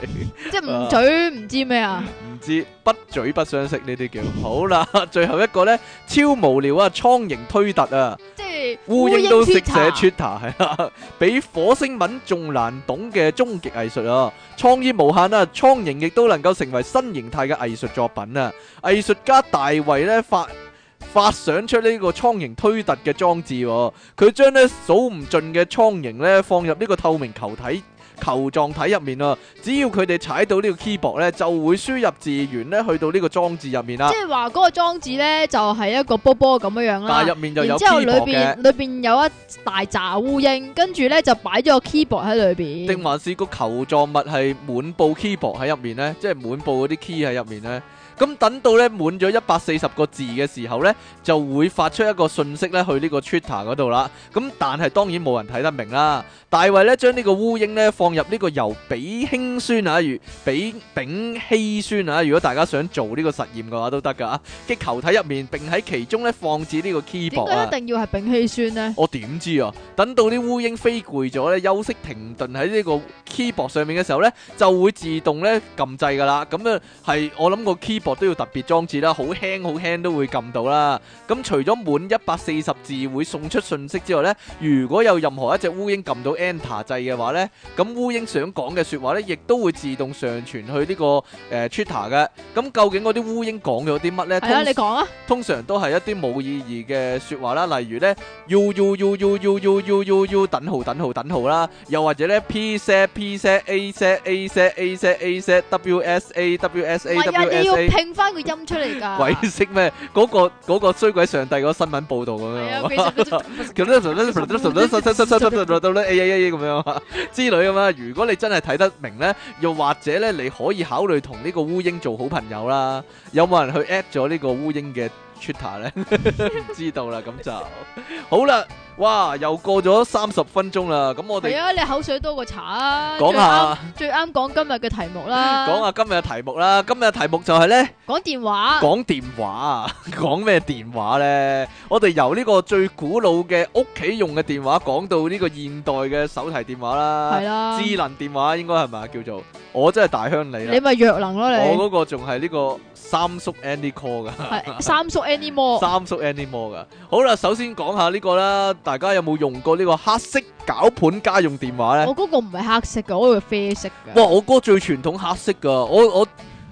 即係
啊
唔嘴唔知咩啊？
唔知不嘴不相識呢啲叫好啦，最後一個呢，超無聊啊！蒼蠅推突啊，
即係
烏蠅都識寫
Twitter
Twitter 係啦，比火星文仲難懂嘅終極藝術啊！創意無限啊！蒼蠅亦都能夠成為新形態嘅藝術作品啊！藝術家大衛呢發發想出呢個蒼蠅推突嘅裝置、喎，佢將呢數唔盡嘅蒼蠅呢放入呢個透明球體。球狀體入面啊，只要佢哋踩到呢個 keyboard 咧，就會輸入字元咧去到呢個裝置入面啊啦
即。係啊話嗰個裝置咧就係一個波波咁樣樣
但係
啦。
入面就有
然之後裏
keyboard 嘅，
邊裏邊有一大扎烏蠅，跟住咧就擺咗個 keyboard 喺裏
定
邊。
還是個球狀物係滿布 keyboard 喺入面咧，即係滿布嗰啲 key 喺入面咧。咁等到咧滿咗一百四十個字嘅時候咧，就會發出一個訊息咧去呢個 Twitter 嗰度啦。咁但係當然冇人睇得明啦。大衛咧將呢個烏蠅咧放入呢個由丙烯酸啊，如丙丙烯酸啊，如果大家想做呢個實驗嘅話都得㗎。嘅球體入面並喺其中咧放置呢個
點
keyboard 啊。
解一定要係丙烯酸咧？
我點知啊？等到啲烏蠅飛攰咗咧，休息停頓喺呢個 keyboard 上面嘅時候咧，就會自動咧撳掣噶啦。咁啊係我諗個 keyboard 都要特別裝置啦，好輕好輕都會撳到啦。咁除咗滿一百四十字會送出訊息之外咧，如果有任何一隻烏蠅撳到 enter 掣嘅話咧，咁烏蠅想講嘅説話咧，亦都會自動上傳去呢、個誒、呃 Twitter 嘅。咁究竟嗰啲烏蠅講咗啲乜咧？
係啊，
通
你講啊，
通常都係一啲冇意義嘅説話啦，例如咧，要要要要要要要要要等號等號等號啦，又或者咧 P set P set A set A set A set A set W S A W S
唔
A
係啊，
W
你
S
要啊
A，
拼翻個音出嚟㗎。
鬼識咩？嗰個嗰個衰鬼上帝嗰個新聞報導咁
係
樣
啊，
啊
其實佢就
咁咧，咁咧，咁咧，咁咧，哎呀呀呀咁樣啊之類咁啊。如果你真係睇得明咧，又或者咧，你可以考慮同呢個烏蠅做好朋友啦。有冇人去 at 咗呢個烏蠅嘅 Twitter 咧？唔知道啦，咁就好啦。哇，又過咗三十分鐘啦，咁我
係
哋
啊，你口水多過茶啊！
講下
最啱最啱講今日嘅題目啦，
講下今日嘅題目啦。今日嘅題目就係咧。
講電話，
講電話啊，講咩電話呢？我哋由呢個最古老嘅屋企用嘅電話講到呢個現代嘅手提電話啦，
係啦
智能電話應該係咪叫做？我真係大鄉里
啊你
啦，
咪弱能咯
我
你，
嗰個仲係呢個三叔 Andy Call 噶，
係三叔 anymore，
三叔 Andy More 噶。好啦，首先講下呢個啦，大家有冇用過呢個黑色攪盤家用電話呢？
我嗰個唔係黑色嘅，我嗰個啡色嘅，
哇！我哥最傳統黑色噶，我我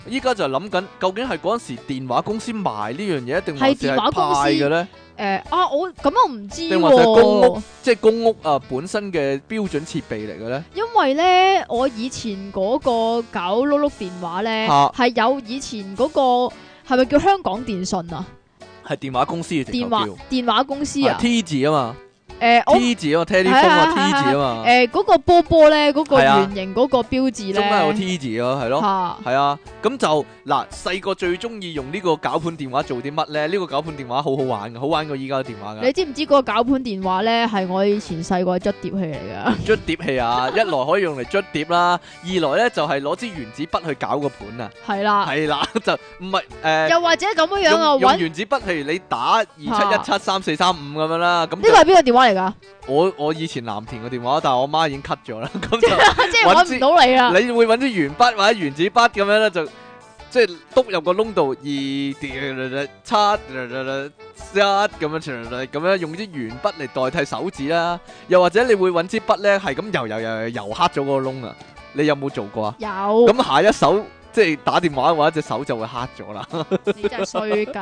依家就諗緊，究竟係嗰陣時電話公司賣呢樣嘢，定還是
係電話
係
公司
派嘅呢？
誒啊我咁我唔知
定或者係公屋
喎，
即係公屋啊本身嘅標準設備嚟嘅咧，
因為咧我以前嗰個搞碌碌電話咧
嚇
係有以前嗰個係咪叫香港電訊啊？
係電話公司嘅直頭
電話
叫
電話公司
係
啊？
T 字啊嘛
誒我
，T 字啊嘛，telephone
係
啊
係
T 字啊嘛，
誒嗰個波波咧嗰個
係啊
圓形嗰個標誌
中間有個
咧
T 字咯，係咯。
嚇。
係啊，咁就嗱細個最中意用呢個攪盤電話做啲乜咧？呢、個攪盤電話好好玩嘅，好玩過依家嘅電話
你
㗎。
知唔知嗰個攪盤電話咧係我以前細個捽碟器嚟 噶？
捽碟器 啊，一來可以用嚟捽碟啦，二來咧就係攞支原子筆去搞個盤啊。
係啦，
係啦， 就唔係誒
又或者咁樣樣啊，
啊用用
搵呢
原子筆，譬如你打二七一七三四三五咁樣啦，咁
個
就
係邊個電話 嚟㗎？
我我以前藍田嘅電話，但係我媽已經 cut 咗啦，咁就
即係搵唔到你啊啦，
你會揾啲鉛筆或者原子筆咁樣咧，就即係篤入個窿度，二七一咁樣咁樣用啲鉛筆嚟代替手指啦，又或者你會揾支筆咧，係咁游游游游游黑咗個窿啊！你有冇做過啊？
有
咁下一手即係打電話嘅話，隻手就會黑咗啦。
你真係衰 㗎，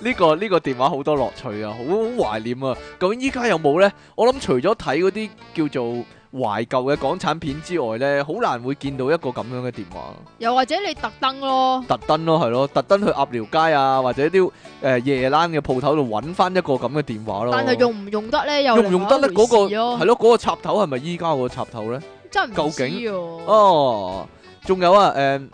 呢、個呢、個電話好多樂趣啊，好懷念啊！究竟依家有冇呢？我諗除咗睇嗰啲叫做懷舊嘅港產片之外呢，好難會見到一個咁樣嘅電話。
又或者你特登咯，
特登咯，係咯，特登去鴨寮街啊，或者啲誒、呃夜冷嘅鋪頭度揾翻一個咁嘅電話咯。
但係用唔用得咧又
用唔用得呢？
另
嗰、
外一
個
回事咯
係咯，嗰個插頭係咪依家嗰個插頭呢？
真係唔知
究竟
喎。
哦，仲有啊，誒、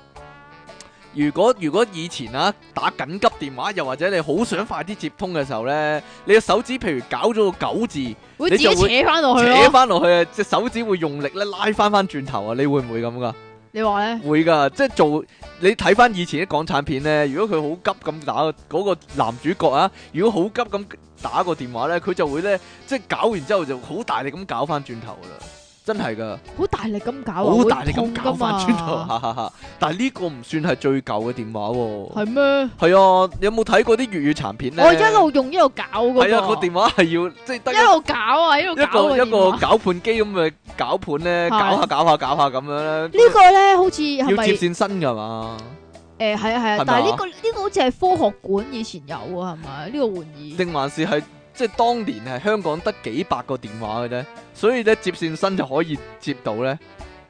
如果如果以前啊打緊急電話，又或者你好想快啲接通嘅時候呢，你嘅手指譬如搞咗個九字，
會自己
你就會
扯翻落去
扯
咯。
翻落去啊，隻手指會用力咧拉翻翻轉頭啊，你會唔會咁噶？
你話咧，
會噶，即係做你睇翻以前啲港產片呢，如果佢好急咁打嗰個男主角啊，如果好急咁打個電話呢，佢就會呢，即係搞完之後就好大力咁搞翻轉頭噶啦，真係噶。
好大力咁搞啊，
好大力
會
咁
痛
搞
㗎
翻
嘛
轉頭，哈哈哈！但係呢個唔算係最舊嘅電話喎。
係咩？
係啊，你有冇睇過啲粵語殘片咧？
我一路用一路搞㗎
係啊，個
喎，
電話係要即係得
一路搞啊，一路搞
一個
啊
一個
電話
攪盤機咁嘅攪盤咧，
係
搞下搞下搞下咁樣咧
呢，個咧好似
要
係咪
接？線新㗎嘛？
誒係啊係
係咪
啊，但係
啊
呢個呢個好似係科學館以前有啊，係咪？呢個玩意
定還是係即係當年係香港得幾百個電話嘅啫，所以咧接線生就可以接到咧，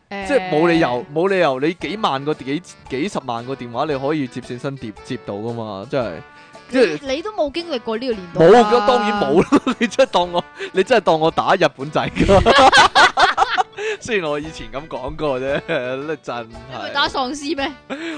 即係冇理由冇理由你幾萬個幾幾十萬個電話你可以接線生接接到噶嘛，真係即係。
你你都冇經歷過呢個年代
冇，
啦
咁當然冇啦！ 你真係當我，你真係當我打日本仔㗎。 雖然我以前咁講過啫， 真
你咪
係。
打喪屍咩？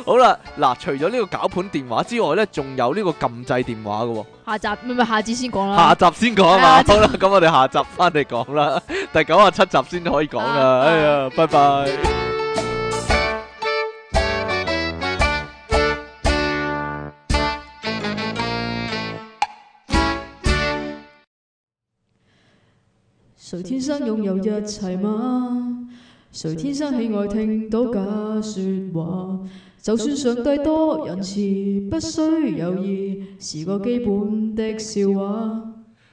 好啦，嗱，除咗呢個攪盤電話之外咧，仲有呢個撳掣電話嘅喎。
下集咪咪下次先講
下
啦。
集先講啊嘛，
係
好
啊
啦，咁我哋下集翻嚟講啦，第九啊七集先可以講啦，
啊
哎呀，拜拜。
谁天生拥有一切吗？谁天生喜爱听到假说话？就算上帝多仁慈，不需有意，是个基本的笑话。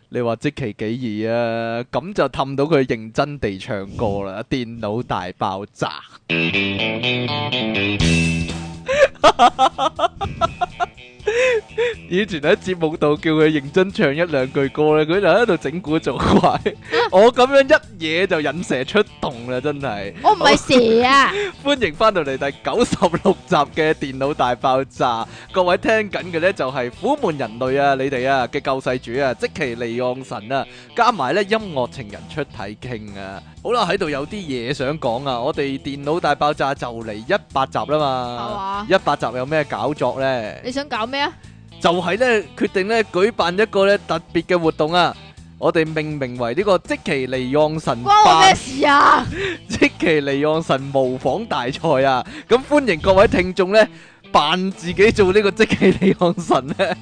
你話即其幾易啊，咁就氹到佢認真地唱歌啦，電腦大爆炸。 以前喺節目度叫佢認真唱一兩句歌咧，佢就喺度整蠱做怪。我咁樣一嘢就引蛇出洞啦，真係。
我唔係蛇啊，
欢迎翻到嚟第九十六集嘅電腦大爆炸，各位聽緊嘅呢，就係苦悶人類啊，你哋啊嘅救世主啊，即其利昂神啊，加埋呢音樂情人出體傾啊，好啦，喺度有啲嘢想講啊，我哋電腦大爆炸就嚟一百集啦
係
嘛，
嘛？
一百集有咩搞作呢？
你想搞咩啊？
就係呢決定呢舉辦一個呢特別嘅活動啊，我哋命名為呢個即其利昂神
關我
辦
咩事 啊？
即其利昂神模仿大賽啊！咁歡迎各位聽眾呢，扮自己做呢個即其利昂神呢，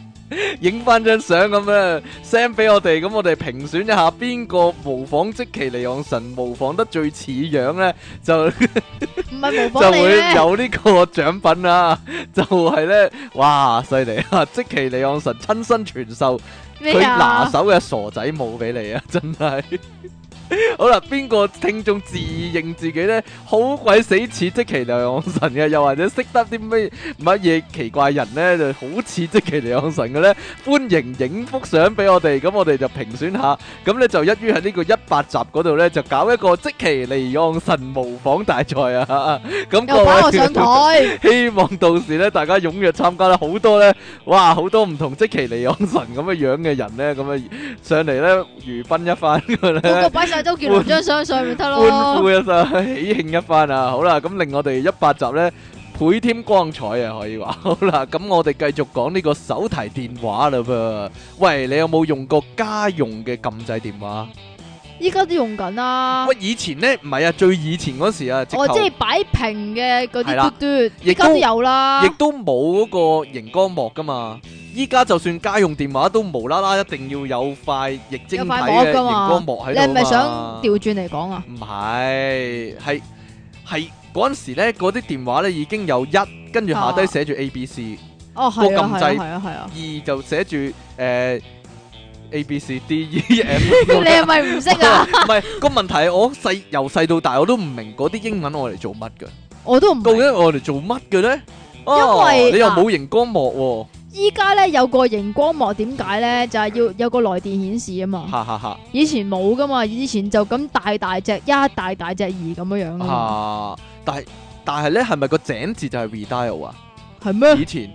影翻張相咁啊 send 俾我哋，咁我哋評選一下邊個模仿即其利昂神模仿得最似樣呢，就
唔係模
就
仿你
會
咩？
有呢個獎品啦。就係呢，哇，犀利啊！即其利昂神親身傳授。佢
咩
拿
啊？
手嘅傻仔帽俾你啊，真係。好啦，邊個聽眾自認自己呢？好鬼死似即其利昂神嘅，又或者識得啲咩乜嘢奇怪人呢？就好似即其利昂神嘅呢？歡迎影幅相俾我哋，咁我哋就評選下。咁呢，就一於喺呢個一百集嗰度呢，就搞一個即其利昂神模仿大賽啊！咁各
又擺 我上
位。
台，
希望到時咧，大家踴躍參加啦，好多咧，哇，好多唔同即其尼昂神咁嘅樣嘅人咧，咁啊上嚟咧，如賓一番嘅
個個
咧，
擺晒周杰倫張相上咪得
歡
咯
呼。一番，喜慶一番啊！好啦，咁令我哋一百集咧倍添光彩啊，可以話。 好啦，咁我哋繼續講呢個手提電話啦噃。喂，你有冇用過家用嘅撳掣電話？
依家都用緊啦。
喂，以前咧唔係啊，最以前嗰時啊，直
哦，
頭
啊即係擺平嘅嗰
係啦
啲嘟嘟，
亦
依家
都
都有啦
亦。都冇嗰個熒光幕噶嘛。依家就算家用電話都無啦啦一定要有塊液晶體
有塊幕
嘅熒
㗎嘛
光幕喺
你
度啊
係
嘛
咪想調轉嚟講啊？
唔係，係係嗰陣時咧，嗰啲電話咧已經有一，跟住下低
啊
寫住 A、B、C，
哦，係啊，
個撳
係
掣
啊，係啊，係啊。
二就寫住誒 A、B、C、D、E、F
你。係咪唔識 啊？
唔係個問題係我細由細到大我都唔明嗰啲英文我嚟做乜嘅，
我都唔
究
明。
竟我嚟做乜嘅咧？
因為
哦你又
嗱
冇熒光幕
依家咧有個熒光幕，點解咧？就係要有個來電顯示
喎，
啊嘛。
哈哈哈。
以前冇噶嘛，以前就咁大大隻一大大隻二咁樣樣啊嘛。
啊！但係但係咧，係咪個井字就係 redial 啊？
係咩？
以前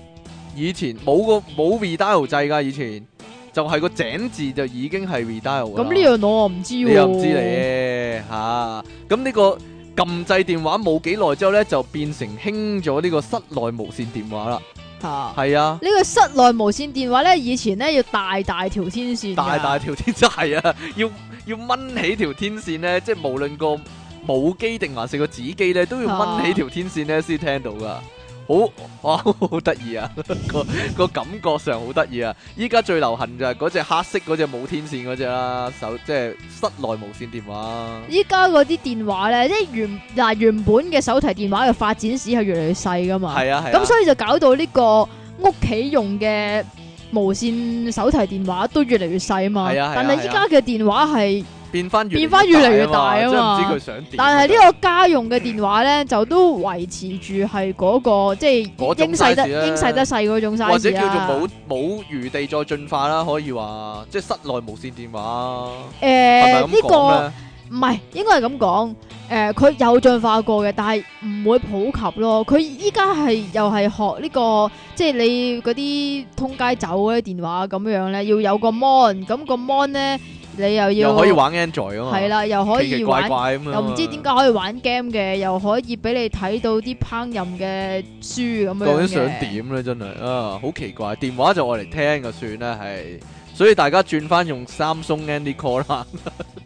以前冇個冇 redial 掣㗎，以前就係個井字就已經係 redial 㗎
咁
啦。
呢樣我唔知喎。
你又唔知你嚇？啊咁呢個撳掣電話冇幾耐之後咧，就變成興咗呢個室內無線電話啦。
嚇
係啊。
呢個室內無線電話咧，以前咧要大大條天線㗎，
大大條天真係啊， 要要掹起條天線咧，即係無論個母機定還是個子機咧，都要掹起條天線咧先聽到噶。好 哇，好得意啊！ 個個感覺上好得意啊！依家最流行就係嗰只黑色嗰只冇天線嗰只啦，手即係室內無線電話。
依家嗰啲電話咧，即係原嗱原本嘅手提電話嘅發展史係越嚟越細噶嘛，
係啊係
咁
啊，
所以就搞到呢個屋企用嘅無線手提電話都越嚟越細嘛。
係啊係啊
但係依家嘅電話係
變翻越
變返越嚟越大啊
真係唔
嘛
知佢想點。
但係呢個家用嘅電話咧，就都維持住係嗰個即
嗰
係
種
英細得
size 啦
英細得細嗰種 size
或者叫
啊
做冇冇餘地再進化啦，可以話即係室內無線電話
誒
係咪咁
呢個。
講咧？
唔係，應該係咁講。誒、佢有進化過嘅，但係唔會普及咯。佢依家係又係學呢、個，即係你嗰啲通街走嗰啲電話咁樣咧，要有個 mon，咁個 mon 咧，你又要
又可以玩 Android 啊嘛，
係啦，又可
奇
以
奇
玩
怪，怪咁啊
又唔知點解可以玩 game 嘅，又可以俾你睇到啲烹飪嘅書咁樣
究
嘅
竟想點咧？真係啊，好奇怪！電話就我嚟聽就算啦，係。所以大家轉翻用 Samsung Andy Call 啦，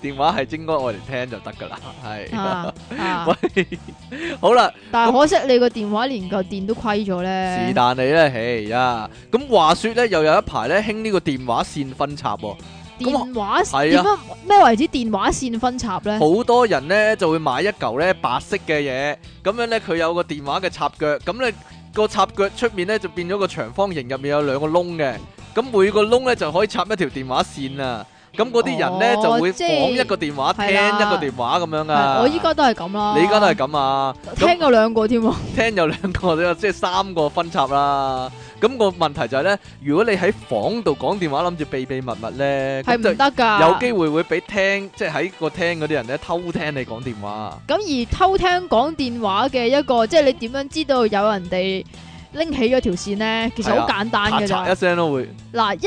電話係應該我嚟聽就得噶啦，係。
啊 啊
好啦，
但係可惜你個電話連嚿電都虧咗
是
咧。
但你咧，唉呀！咁話說咧，又有一排咧興呢個電話線分插喎，
電話
係
點
啊
樣咩為之電話線分插咧？
好多人咧就會買一嚿咧白色嘅嘢，咁樣咧佢有個電話嘅插腳，咁咧個插腳出面咧就變咗個長方形，入面有兩個窿嘅，咁每個窿咧就可以插一條電話線啊！咁嗰啲人咧
哦
就會
即
綁
係
一個電話，聽
係啦
一個電話咁樣啊！
係我依家都係咁啦。
你依家都係咁啊？咁
聽過兩個添喎，
聽有兩個啫，即係三個分插啦。咁個問題就係咧，如果你喺房度講電話，諗住秘秘密密咧，
係
咁
唔
就
得啊㗎。
有機會會俾聽，即係喺個廳嗰啲人咧偷聽你講電話。
咁而偷聽講電話嘅一個，即係你點樣知道有人哋拎起咗條線呢？其實好
係啊
簡單
咔
㗎
嚓一
咋。
聲咯，會
嗱一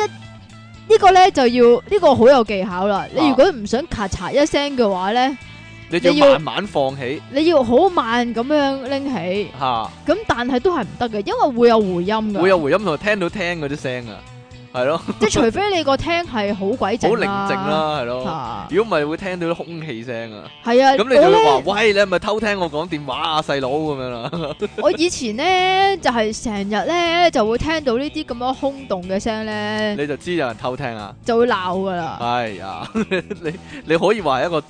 呢個呢就要呢個好有技巧啦。你
啊
如果唔想咔嚓一聲嘅話呢，
你
你
要
要
慢慢放起
你要好慢咁樣拎起。
嚇，
咁但係都係唔得嘅，因為會有回音
會有
㗎。
回音同埋聽到聽嗰啲聲啊，係咯，好
即係除非你個廳係好鬼靜
寧靜。啦，係咯。
嚇
如果唔係會聽到啲空氣聲啊，
係啊，
咁你就
我
會
呢
話：喂，你係咪偷聽我講電話啊，細佬咁 樣啦？
我以前咧就係成日咧就會聽到呢啲咁樣空洞嘅聲咧，
你就知有人偷聽啊！
就會鬧噶啦。
哎呀， 你你可以話係一個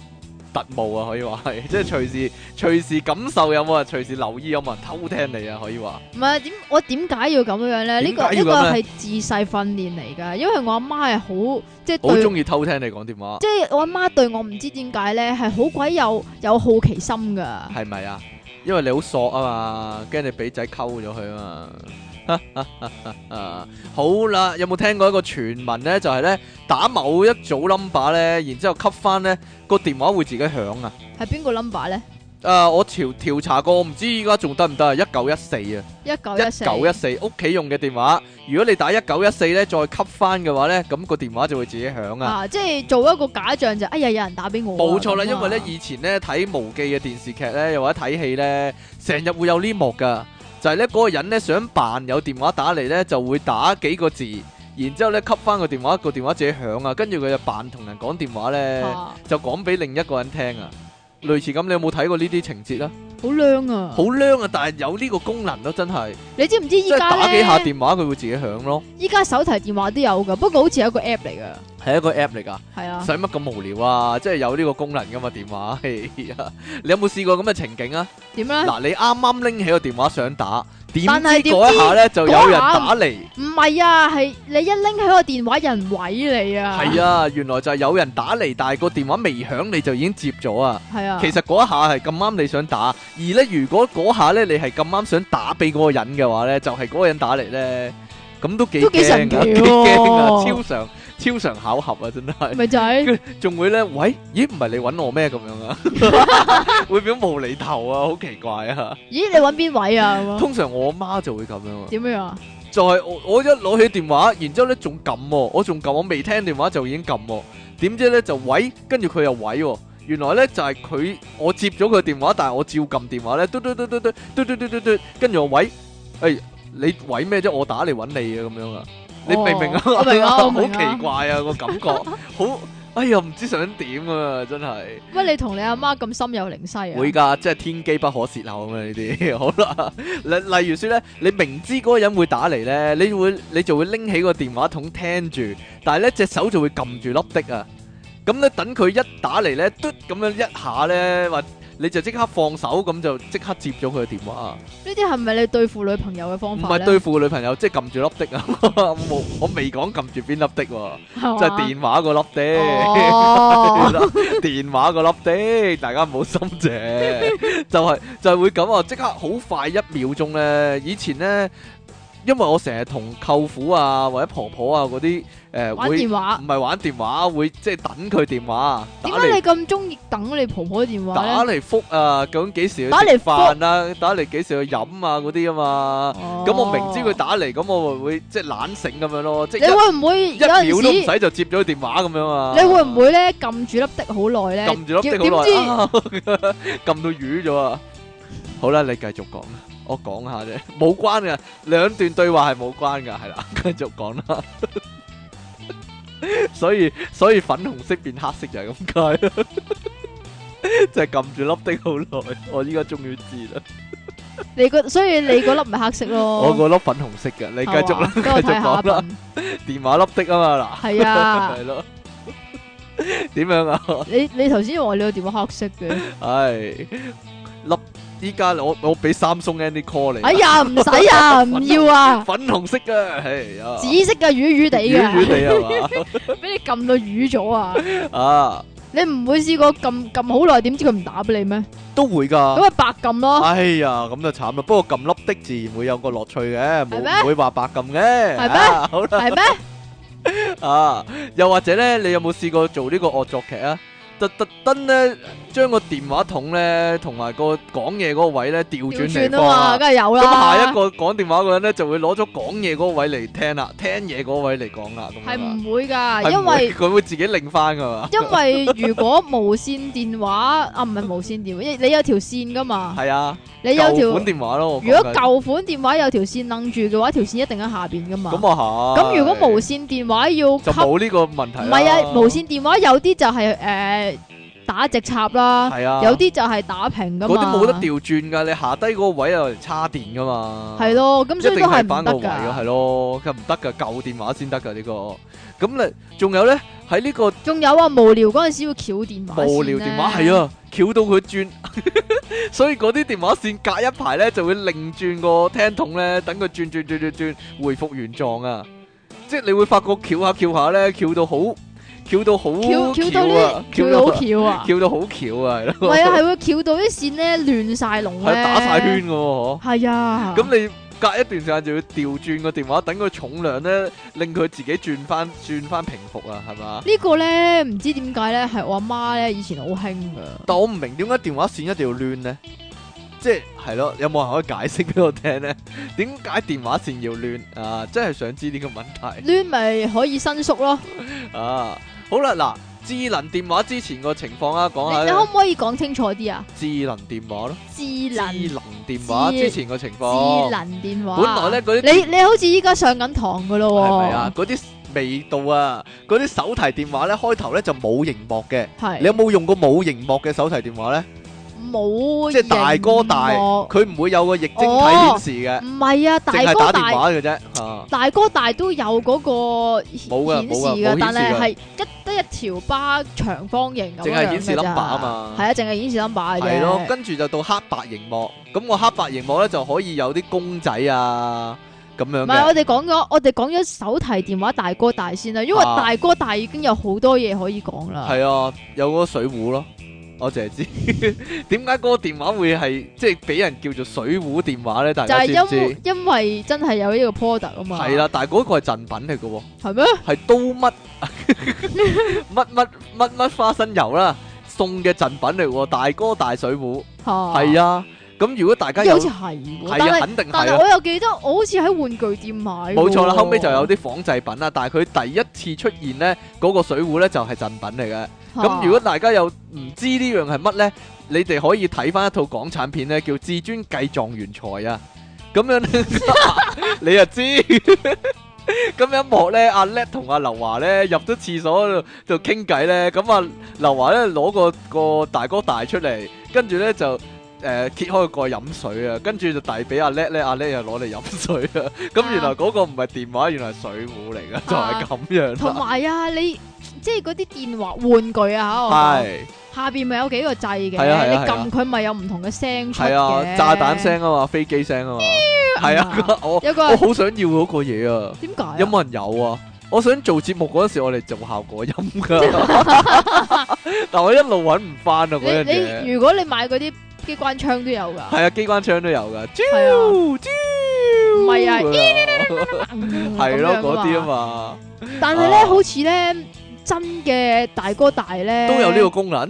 特務啊，可以 話係，即係隨時隨時感受有冇人，隨時留意有冇人偷聽你啊，可以話
唔係點我點解要咁樣咧？呢
點解
個
要
呢個
咁咧
係自細訓練嚟㗎，因為我阿媽係好即係
好
對，
中意偷聽你講電話，
即係我阿媽對我唔知點解咧係好鬼有有好奇心㗎。
係咪啊？因為你好索啊嘛，驚你俾仔溝咗佢啊嘛。 啊，好啦，有冇聽過一個傳聞咧？就係咧打某一組 number 咧，然之後吸翻咧個電話會自己響啊！
係邊個 number 咧？
啊，我調調查過，我唔知依家仲得唔得啊？一九一四啊！
一九
一
哦一四
九一四屋企用嘅電話，如果你打一九一四咧，再吸翻嘅話咧，咁個電話就會自己響啊！
啊！即係做一個假象就哎呀有人打俾我啊。
冇錯啦，
咁啊
因為咧以前咧睇無記嘅電視劇咧，又或者睇戲咧，成日會有呢幕噶，就係咧嗰個人咧想扮有電話打嚟咧，就會打幾個字，然之後咧吸翻個電話，個電話自己響啊，跟住佢就扮同人講電話咧，
啊
就講俾另一個人聽啊。類似咁，你有冇睇過呢啲情節啊？
好靚啊！
好靚啊，但係有呢個功能咯，真係，
你知唔知依
即係
家
打幾下
咧？
電話佢會自己響咯，
依家手提電話都有噶，不過好似有一個 app 嚟噶，
係一個 app 嚟㗎。
係啊
使，乜咁無聊啊？即係有呢個功能噶嘛電話，係啊你有冇試過咁嘅情景啊？
點 咧？
嗱，你啱啱拎起個電話想打，點知
但係點
嗰一下咧就有
嗰
人
下
打嚟，
唔係啊，係你一拎起個電話，有人毀你啊，
係啊，原來就係有人打嚟，但係個電話未響你就已經接咗啊。
係啊，
其實嗰一下係咁啱你想打，而咧如果嗰下咧你係咁啱想打俾嗰個人嘅話咧，就係、嗰個人打嚟咧，咁都幾
都幾神
驚啊，
奇
幾驚啊，
喎
超常超常巧合啊，真係。
咪就係
仲會咧，喂，咦，唔係你揾我咩咁樣啊？ 會變無厘頭啊，好奇怪啊！
咦，你搵 邊位啊？咁啊
通常我媽就會咁樣啊，
點樣啊？
就係我我一攞起電話，然之後咧仲撳喎，我仲撳，我未聽電話就已經撳喎，點知咧就喂，跟住佢又喂喎。原來咧就係佢，我接咗佢電話，但係我照撳電話咧，嘟嘟嘟嘟嘟嘟嘟嘟嘟嘟，跟住我喂，誒你喂咩啫？我打嚟揾你啊咁樣啊，你明唔明啊？
哦我明啊，我
好
明啊
奇怪啊個感覺，好哎呀唔知想點啊真係。
乜你同你阿媽咁心有靈犀啊？
會㗎，即係天機不可泄漏啊嘛呢啲。 好啦，例例如説咧，你明知嗰個人會打嚟咧，你會你就會拎起個電話筒聽住，但係咧隻手就會撳住粒的啊。咁咧等佢一打嚟咧，嘟咁樣一下咧，或你就即刻放手，咁就即刻接咗佢嘅電話。
呢啲係咪你對付女朋友嘅方
唔
法
係
咧
對付女朋友，即係撳住粒的啊！ 我冇，我未講撳住邊粒的喎，
係
即係
嘛
電話個粒的。
哦，
電話個粒的，大家唔好心謝，就係就係會咁啊！即刻好快一秒鐘咧，以前咧，因為我成日同舅父啊或者婆婆啊嗰啲誒
玩
會
電話
唔。係玩電話，會即係等佢電話打
點解
嚟
你咁中意等你婆婆電話
打
咧？
嚟覆啊，究竟幾時去
打嚟
食
覆
飯啊？打嚟幾時去飲啊？嗰啲啊嘛，咁
咁
我明知佢，打嚟，咁我咪會即係懶醒咁樣咯，即
你
係
會唔會
一
有陣
一秒都唔
時？
使就接咗佢電話咁樣啊？
你會唔會咧撳住粒的好耐咧？
撳住粒的
點
好
知
耐，啊 撳到瘀咗啊！好啦，你繼續講，我講下 啫，冇關嘅，兩段對話係冇關噶， 係啦，繼續講 啦。所以所以粉紅色變黑色就係 咁解啦，就係撳住粒的好耐，我依家終於知啦。
你個所以你嗰粒咪黑色咯？
我個粒粉紅色嘅，你繼 續啦，
係嘛
繼
俾我睇下
續講啦
笨
電話粒的啊嘛
係
嗱，
啊
係，咯，點樣啊？
你你頭先話你個電話黑色 嘅，
唉，粒依家我我俾三松 Andy call 你，
哎呀唔使 啊，唔要啊，
粉紅色嘅，唉呀，
紫色嘅魚魚地
軟軟
嘅，
地 係
俾你撳到魚咗啊！
嘛？啊，
你唔會試過撳撳好耐，點知佢唔打俾你咩？
都會
咁
㗎。
咪白撳咯，
哎呀，咁就慘啦。不過撳粒的自然會有個樂趣嘅，冇
係咩
唔會話白撳嘅。
係咩
啊好啦
係咩？
啊，又或者咧，你有冇試過做呢個惡作劇啊？特特登咧，將個電話筒咧同埋個講嘢嗰個位咧調轉
調
嚟
轉
放
啊
啊
嘛，。梗係有
咁
啦。
下一個講電話嗰個人咧，就會攞咗講嘢嗰個位嚟聽啦，聽嘢嗰個位嚟講啦，咁樣
係
啦
唔會 噶，
係唔
因
會
為
佢會自己擰翻噶嘛，
因為如果無線電話啊，唔係無線電話，因為你有條線噶嘛，
係啊，
你有
舊
條
款電話咯。我
如果
講緊
舊款電話有條線楞住嘅話，條線一定喺下邊噶嘛。
咁啊係，
咁如果無線電話要吸，
就
唔
冇呢個問題啦。
係啊，無線電話有啲就係誒打直插啦，
係啊，
有啲啊就係打平噶
嗰
嘛。
啲冇得調轉㗎，你下低嗰個位又嚟叉電㗎嘛。
係咯，咁所
一
以
定
都係
係
唔
翻個
得
位啊㗎，係
噶。
咯，佢唔得㗎，舊電話先得㗎呢個。咁你仲有咧喺呢個
仲有啊，無聊嗰陣時要撬電話。
無聊電話係，啊，翹到佢轉， 所以嗰啲電話線隔一排咧就會擰轉個聽筒咧，等佢轉轉轉轉轉，回復原狀啊！即係你會發覺翹下翹下咧，翹到好，翹到好
撬撬到
翹啊
呢，，撬到好撬啊。
翹到好翹啊，係
唔
咯，
係啊，係會翹到啲線咧亂晒龍咧，
係打晒圈㗎喎，嗬
係啊，
咁你隔一段時間就要調轉個電話，等佢重量咧令佢自己轉翻轉翻平復啊，係嘛？
呢個咧唔知點解咧係我阿媽咧以前好興噶，
但我唔明點解電話線一定要攣呢？即係係咯，有冇人可以解釋俾我聽呢？ 點解電話線要攣啊？真係想知呢個問題
攣咪可以伸縮咯。
啊！好啦，嗱，智能電話之前個情況啊，講
你你可
下
唔可以講清楚啲啊？
智能電話咯，
智
智
能智
能電話
智
之前個情況。
能電話。
本來呢，嗰啲
你你好似依家上緊堂噶咯喎，
係咪啊？嗰啲味道啊，嗰啲手提電話呢，開頭呢就冇熒幕嘅。
係
你有冇用過冇熒幕嘅手提電話呢？
冇
即係大哥大
熒幕
佢唔會有個液晶
哦
體顯示嘅，
唔係啊，
淨
大
係打
哥
電
大
話嘅啫。啊
大哥大都有嗰個
冇㗎冇㗎
顯示
冇顯示
㗎，但係
㗎
係一得一條巴長方形咁
淨
樣
係顯示
㗎
number
咋
啊嘛
係啊，淨係顯示 number 嘅啫。
係咯，跟住就到黑白熒幕，咁個黑白熒幕咧就可以有啲公仔啊咁樣
唔係，
嘅，
我哋講咗，我哋講咗手提電話大哥大先啦，因為
啊
大哥大已經有好多嘢可以講啦。
係啊，有嗰個水壺咯，我淨係知 點解嗰個電話會係即係俾人叫做水壺電話咧？大
就
家知唔
係因
知？
因為真係有呢個 product 啊嘛。
係，啦，但係嗰個係贈品嚟嘅喎，
係咩？
係刀乜乜乜乜乜花生油啦，送嘅贈品嚟嘅喎，大哥大水壺
嚇，
係啊，咁如果大家
呢
有
個好似係喎，但
係啊，
係
肯定
但
係啊
係。我又記得我好似喺玩具店買喎。
冇錯啦，後尾就有啲仿製品啦，但係佢第一次出現呢，嗰、個水壺呢就係贈品嚟嘅。
嚇
咁如果大家有唔知呢樣係乜呢，你哋可以睇翻一套港產片呢，叫《至尊計狀元才》啊。咁樣呢你又知。 咁一幕呢，阿叻同阿劉華呢入咗廁所嗰度就傾偈呢。咁啊劉華呢攞個個大哥大出嚟，跟住呢就。誒、揭開個蓋飲水啊，跟住就遞俾阿叻咧，阿叻又攞嚟飲水啊。咁原來嗰個唔係電話，原來係水壺嚟嘅，就係、咁樣
同
啦。
埋啊，你即係嗰啲電話玩具啊嚇我講，
係
下边咪有幾個掣嘅，
係啊係啊
你
係啊
撳佢咪有唔同嘅聲出
係啊，
嘅，
炸彈，聲啊嘛，飛機聲啊嘛，係啊，
啊
我
有
我
個
好想要嗰個嘢啊！
點解啊
有冇人有啊？我想做節目嗰陣時，我哋做效果音噶， 但我一路揾唔翻啊嗰樣
你
嘢。
你如果你買嗰啲機關槍都有㗎，
係啊，機關槍都有噶，
係啊，
啾啾
唔係啊
係
嗯係
咯嗰啲啊。嘛，
但係咧，
啊
好似咧真嘅大哥大咧，
都有呢個，功能，
啊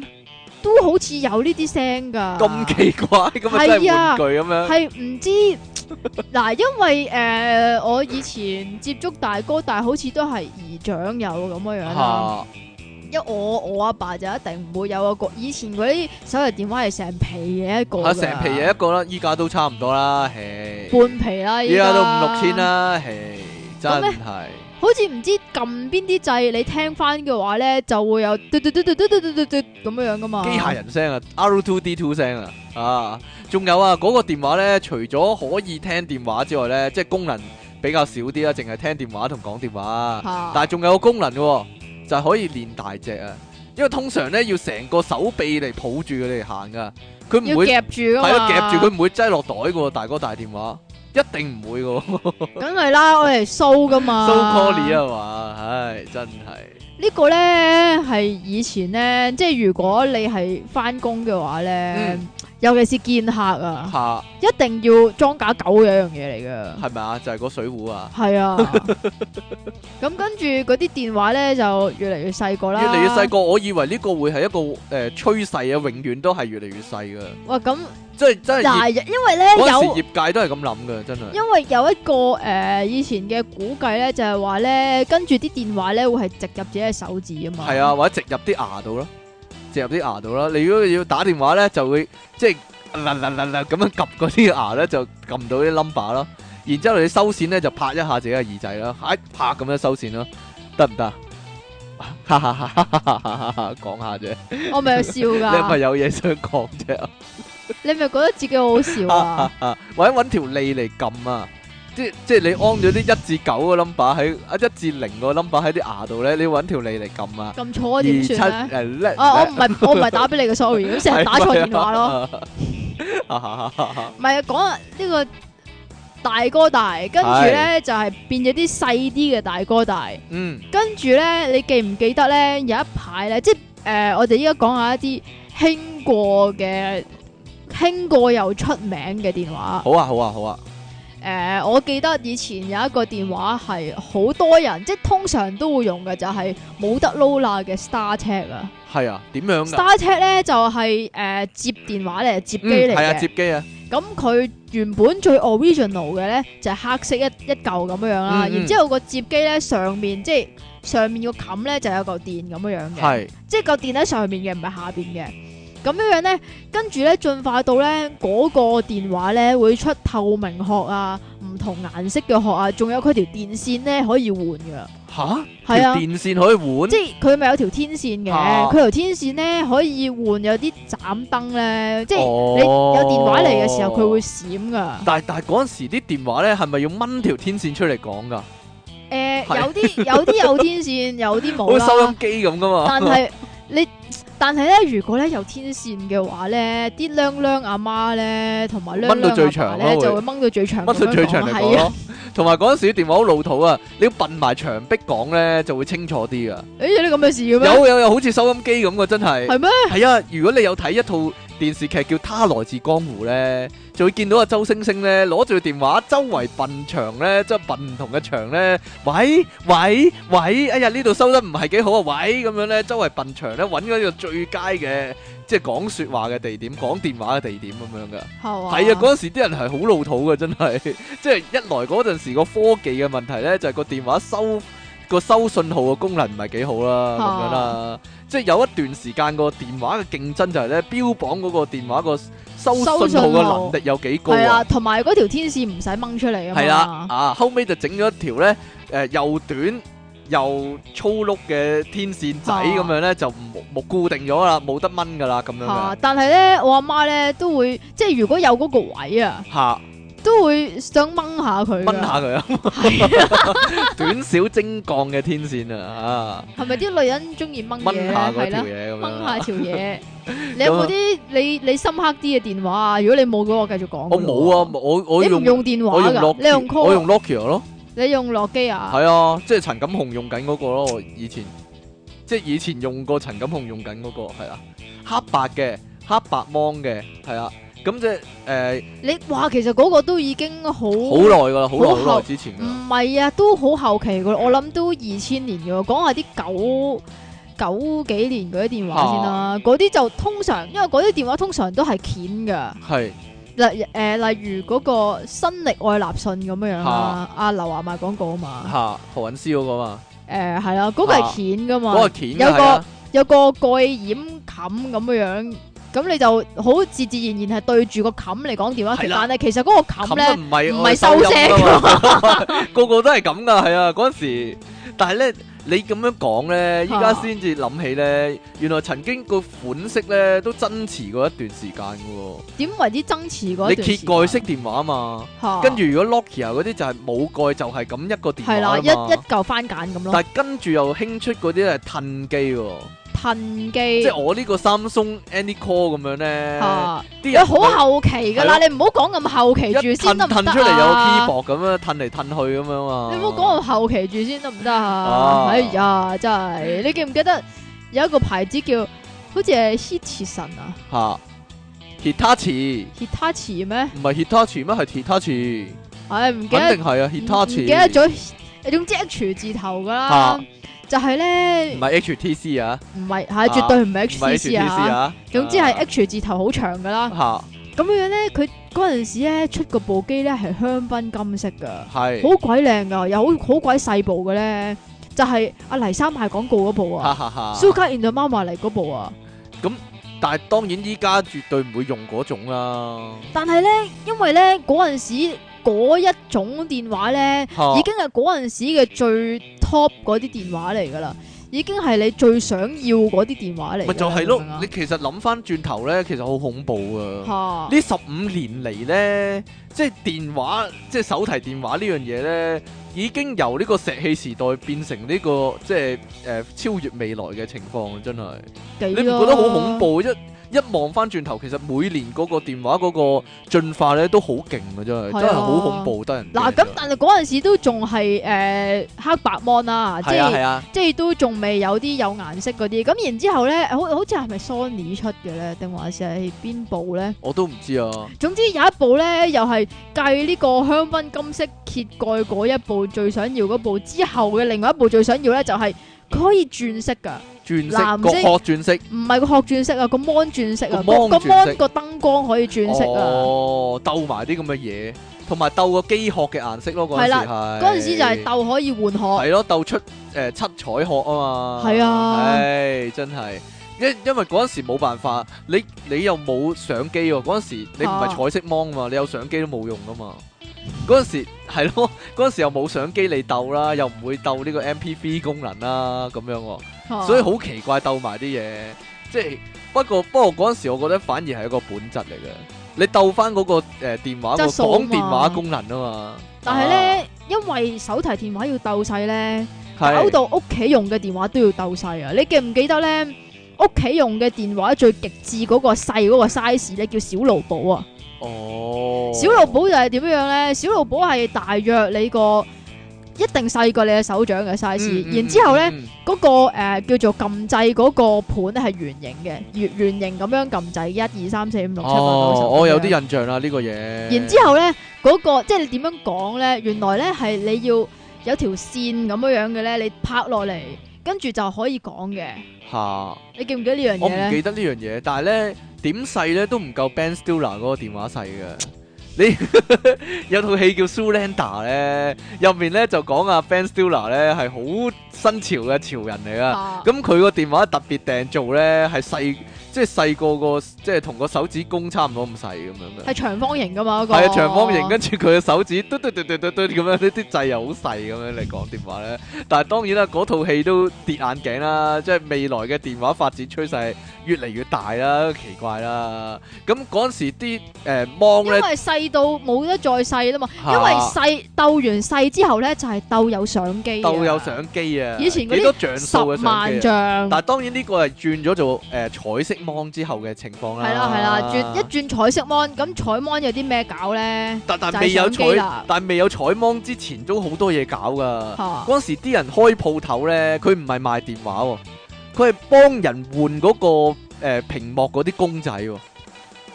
都好似有呢啲聲㗎。
咁奇怪，咁啊真係
係啊
玩具咁樣。
係唔知嗱，因為诶、呃我以前接觸大哥大，好似都係姨丈有咁樣樣啦。
嚇
因為我我阿爸就一定唔會有一個，以前嗰啲手提電話係成皮嘢一個
嚇
㗎，
成皮嘢一個啦，依家都差唔多啦，唉，
半皮啦，
依家都五六千。啦，唉，真
哎咁咩
係
好似唔知撳邊啲掣，你聽翻嘅話咧就會有嘟嘟嘟嘟嘟嘟嘟嘟嘟咁樣樣噶嘛。
機械人聲啊，R two D two 聲啊，啊，仲有啊，嗰、個電話咧，除咗可以聽電話之外咧，即係功能比較少啲啦，淨係聽電話同講電話，
嚇
但係仲有個功能嘅、就係、可以練大隻啊，因為通常咧要成個手臂嚟抱住佢嚟行噶，佢
要
唔會
夾住噶
係
嘛。
啊夾住佢唔會擠落袋嘅喎，大哥大電話一定唔會嘅喎。
梗係啦，我嚟 show 噶
So
嘛。
Colly 啊嘛，唉，真係
呢個咧係以前咧，即係如果你係翻工嘅話咧，
嗯
尤其是見客啊，
嚇，
一定要裝假狗嘅一樣嘢嚟㗎。
係咪啊？就係、個水壺啊，
係啊，咁跟住嗰啲電話咧就越嚟越細個
越
啦，
嚟越細。個，我以為呢個會係一個誒、呃、趨勢啊，永遠都係越嚟越細噶，
哇，咁
即係真係
嗱，
業
因為咧
嗰陣
有
時。業界都係咁諗嘅，真係。
因為有一個誒、呃以前嘅估計咧，就係話咧，跟住啲電話咧會係植入自己嘅手指啊嘛。
係啊，或者植入啲牙度啦，植入啲牙度啦。你如果要打電話咧，就會即係嗱嗱嗱嗱咁樣撳嗰啲牙咧，就撳到啲 number 咯。然之後你收線咧，就拍一下自己嘅耳仔啦，一拍咁樣收線咯，得唔得啊？哈哈哈哈哈哈哈！講下啫。
我咪有笑
你係咪
㗎，
有嘢想講啫？
你咪覺得自己好好 笑啊？
或者揾條脷嚟撳啊！即即係你安咗啲一至九個 number 喺啊一至零個 number 喺啲牙度咧，你揾條脷嚟撳啊！
咁錯點算咧？
誒叻 啊
啊！我唔係我唔係打俾你嘅，sorry，咁成日打錯電話咯。
咯。
唔係講下呢個大哥大，跟住咧就係變咗啲細啲嘅大哥大，
嗯，
跟住咧你記唔記得咧有一排咧，即係誒、呃我哋依家講下一啲興過嘅。興過又出名嘅電話，
好啊，好啊，好啊，
誒、我記得以前有一個電話係好多人，即係通常都會用嘅，就係、冇得撈啦嘅 Star Check 啊
係啊，點樣㗎？
，Star Check 咧就係、呃接電話嚟，接機
嗯，
嚟
係啊，
嘅
接。機啊，
咁佢原本最 original 嘅咧就係、黑色一一嚿咁樣樣啦，
嗯嗯
然之後個接機咧上面即係上面個冚咧就有嚿電咁樣樣嘅，
係
即係嚿電喺上面嘅，唔係下邊嘅。咁樣樣咧，跟住咧進化到咧嗰、個電話咧會出透明殼啊，唔同顏色嘅殼啊，仲有佢條電線咧可以換㗎，
吓，
係
條
啊。
電線可以換
即，係佢咪有條天線嘅，
啊
佢條天線咧可以換有啲斬燈咧，即係
哦
你有電話嚟嘅時候佢會。閃㗎。
但但係嗰陣時啲電話咧係咪要掹條天線出嚟講㗎？
诶、
係
有啲有啲有天線，有啲
好
冇
似收
啦
音。機咁㗎嘛？
但係你，但係咧，如果咧有天線嘅話咧，啲娘娘阿媽咧，同埋娘
掹到
娘
最
阿
長咯
爸咧，就
會
會掹到最長咁樣講，
乜都最長嚟講
係啊，
咯，同埋嗰陣時電話好老土啊，你要笨埋牆壁講咧就會清楚啲啊。
诶、有啲咁嘅事嘅咩？
有有有，好似收音機咁嘅真係。
係咩？
係啊，如果你有睇一套電視劇叫《他來自江湖》咧，就會見到阿周星星咧攞住電話周圍笨牆咧，即係笨唔同嘅牆咧，喂喂喂，哎呀呢度收得唔係幾好啊，喂咁樣咧，周圍笨牆咧揾嗰個最佳嘅，即係講説話嘅地點，講電話嘅地點咁樣噶。
係嘛？
係啊，嗰陣時啲人係好老土嘅，真係， 即係一來嗰陣時個科技嘅問題咧，就係、個電話收個收信號嘅功能唔係幾好啦，咁、樣啦，即係有一段時間個電話嘅競爭就係咧，標榜嗰個電話個收
收
信
信
號
號
嘅能力有幾高
係
啊
啊，？同埋嗰條天線唔使掹出嚟啊嘛。
係啦，啊後尾就整咗一條咧，誒、又短又粗碌嘅天線仔咁樣咧，就唔冇固定咗啦，冇得掹噶啦，咁樣
嚇
嘅
但係咧，我阿媽咧都會，即係如果有嗰個位啊，
嚇
都會想掹下佢㗎。
掹下佢啊！啊 短小精幹嘅天線啊，
係咪啲女人中意掹
啊掹
嘢
下
咧？
嗰
係
條
啦，
嘢咁
掹
樣。啊
下條嘢。你有冇啲你你深刻啲嘅電話啊？如果你冇嘅，我繼續講。
我冇啊，！我我
你唔
用
用電
我
話
用
㗎？你用啊
Nokia，我
call，
用 Nokia 咯，
你用諾基亞。
係啊，即係陳錦鴻用緊嗰個咯，我以前即係以前用過陳錦鴻用緊嗰個係啊，黑白嘅黑白芒嘅係啊，咁即係誒
你哇，其實嗰個都已經好
好耐噶啦，好耐
哦好後
好耐之前噶
唔
啦，
係啊，都好後期噶啦，我諗都二千年噶啦。講下啲九九幾年嗰啲電話先
啊
啦，嗰啲、就通常，因為嗰啲電話通常都係鉗噶，
係
例誒、呃例如嗰個新力愛立信咁樣樣啦，阿劉華賣廣告啊嘛，
嚇何韻詩嗰個嘛，
誒係啦，嗰、個係
啊
鉗噶嘛，
嗰個鉗
有個
係啊，
有個蓋掩冚咁樣樣。咁你就好自自然然係對住個冚嚟講電話，
係啦
但係其實嗰個冚
冚啊咧
咧，
唔係
唔係
我哋
收
音㗎嘛，個個都係咁噶，係啊，嗰陣時，但係咧。你咁樣講咧，依家
啊
先至諗起咧，原來曾經個款式咧都增持過一段時間嘅喎。
點為之增持嗰
你
一段
揭
時
蓋
間
式電話嘛，
嚇
跟住如果 Nokia 嗰啲就係冇蓋，就係咁一個電
係
話
啦，
啦
一一
嘛。
嚿番梘咁咯
但，係跟住又興出嗰啲係褪機喎，
褪
即
機
係我呢個 Samsung AnyCall 咁樣咧，
嚇，
啲
你
人
好後期噶啦，
係
你唔好講咁後期
一
住
褪
先得唔
褪
得
出嚟
啊？
有個 keyboard 咁樣褪嚟褪去咁樣嘛。
你唔好講咁後期住先得唔得
啊
啊？哎呀，真係你記唔記得有一個牌子叫好似係 Hitachi 啊
嚇 Hitachi
，Hitachi 咩？
唔係 Hitachi 咩？係 Hitachi，
唉，唔記
肯
得
定係啊
唔唔
Hitachi。
記得咗，總之 H 字頭噶啦
啊，
就係
唔
咧
係 HTC 啊，
唔係係絕對唔係
唔係
HTC 啊，
啊。
總之係 H 字頭好長噶啦。
嚇
咁樣咧，佢嗰陣時咧出個部機咧係香檳金色噶，
係，
好鬼靚噶，又好好鬼細部嘅咧，就係、阿黎生賣廣告嗰部
哈
啊
哈哈。
，Suka in the Mama 嚟嗰部啊。
但係當然依家絕對唔會用嗰種啦，
但係咧，因為咧嗰陣時嗰一種電話咧，
嚇
已經係嗰陣時嘅最 top 嗰啲電話嚟噶啦，已經係你最想要嗰啲電話嚟㗎啦。
咪就係咯
明唔明啊。啊
你其實諗翻轉頭咧，其實好恐怖啊
嚇
噶。呢十五年嚟咧，即係電話，即係手提電話呢樣嘢咧，已經由呢個石器時代變成呢、個即係誒、呃超越未來嘅情況，真係
幾
你唔覺得好恐怖？一一望翻轉頭，其實每年嗰個電話嗰個進化咧都好勁嘅，真係
係啊
真係好恐怖，得人驚
嗱，咁但係嗰陣時都仲係誒黑白 mon 啦，即
係啊
係
係啊，
即係都仲未有啲有顏色嗰啲。咁然之後咧，好好似係咪 Sony 出嘅咧，定還是係邊部咧？
我都唔知啊，
總之有一部咧，又係繼呢個香檳金色揭蓋嗰一部最想要嗰部之後嘅另外一部最想要咧，就係、佢可以轉色㗎，
轉色
藍
個
色
殼轉色。
唔係個殼轉色啊，個 mon 轉色啊，
個
個
mon
個
轉色
mon 個燈光可以轉色啊。
哦，鬥埋啲咁嘅嘢，同埋鬥個機殼嘅顏色咯。嗰陣
係啦
時係
嗰陣時就係鬥可以換殼，
係咯，鬥出誒、呃七彩殼啊嘛。
係啊
唉，真係。因因為嗰陣時冇辦法，你你又冇相機喎，嗰陣時你唔係
啊
彩色芒嘛，你有相機都冇用噶嘛。嗰陣時係咯， 嗰陣時又冇相機你鬥啦，又唔會鬥呢個 MPV 功能啦，咁樣喎。
嚇
所以好奇怪鬥埋啲嘢，即係不過不過嗰陣時，我覺得反而係一個本質嚟嘅。你鬥翻嗰個誒、呃、電話個
質素啊
講
嘛
電話功能啊嘛，
但係咧，因為手提電話要鬥細咧。
啊
搞到屋企用嘅電話都要鬥細啊！你記唔記得咧？屋企用嘅電話最極致嗰個細嗰個 size 咧，叫小勞保啊！
哦，
小勞保就係點樣樣咧？小勞保係大約你個一定細過你嘅手掌嘅 size，、然之後咧
嗯
嗰、個、呃、叫做撳掣嗰個盤係圓形嘅，圓圓形咁樣撳掣，一二三四五六七八九十。
哦，我有啲
人。
印象啦呢、個嘢。
然之後咧，嗰、個即係你點樣講咧？原來咧係你要有條線咁樣樣嘅咧，你拍落嚟，跟住就可以講嘅。
嚇、
你記唔記得呢樣
我
嘢
唔
咧？
記得呢樣嘢，但係咧點細咧都唔夠 Ben Stiller 嗰個電話細嘅。你 有套戲叫《Zoolander》咧，入面咧就講啊 Ben Stiller 咧係好新潮嘅潮人嚟啊。
啊
咁佢個電話特別訂做咧，係細，即即係細個個即係同個手指公差唔多咁細咁樣嘅。
係長方形噶嘛嗰個。
係啊，長方形，跟住佢嘅手指嘟嘟嘟嘟嘟嘟咁樣，呢啲掣又好細咁樣嚟講電話咧。但係當然啦，嗰套戲都跌眼鏡啦，即係未來嘅電話發展趨勢越嚟越大啦，奇怪啦。咁嗰陣時啲誒芒
因
咧，
為細到冇得再細啦嘛，
嚇
因為細鬥完細之後咧就係鬥有相機啊，
鬥有相機啊，
以前嗰啲
幾多像
十
素嘅相
萬
機啊。
像，
但係當然呢個係轉咗做誒、呃彩色芒之後嘅情況啦。
係啦係啦，轉一轉彩色 mon，咁彩 mon 有啲咩搞咧？
但但
就係
未有
相
彩
機啦，
但未有彩芒之前都好多嘢搞㗎。
嚇
嗰陣時啲人開鋪頭咧，佢唔係賣電話喎，佢係幫人換嗰、個、呃、屏幕嗰啲公仔喎。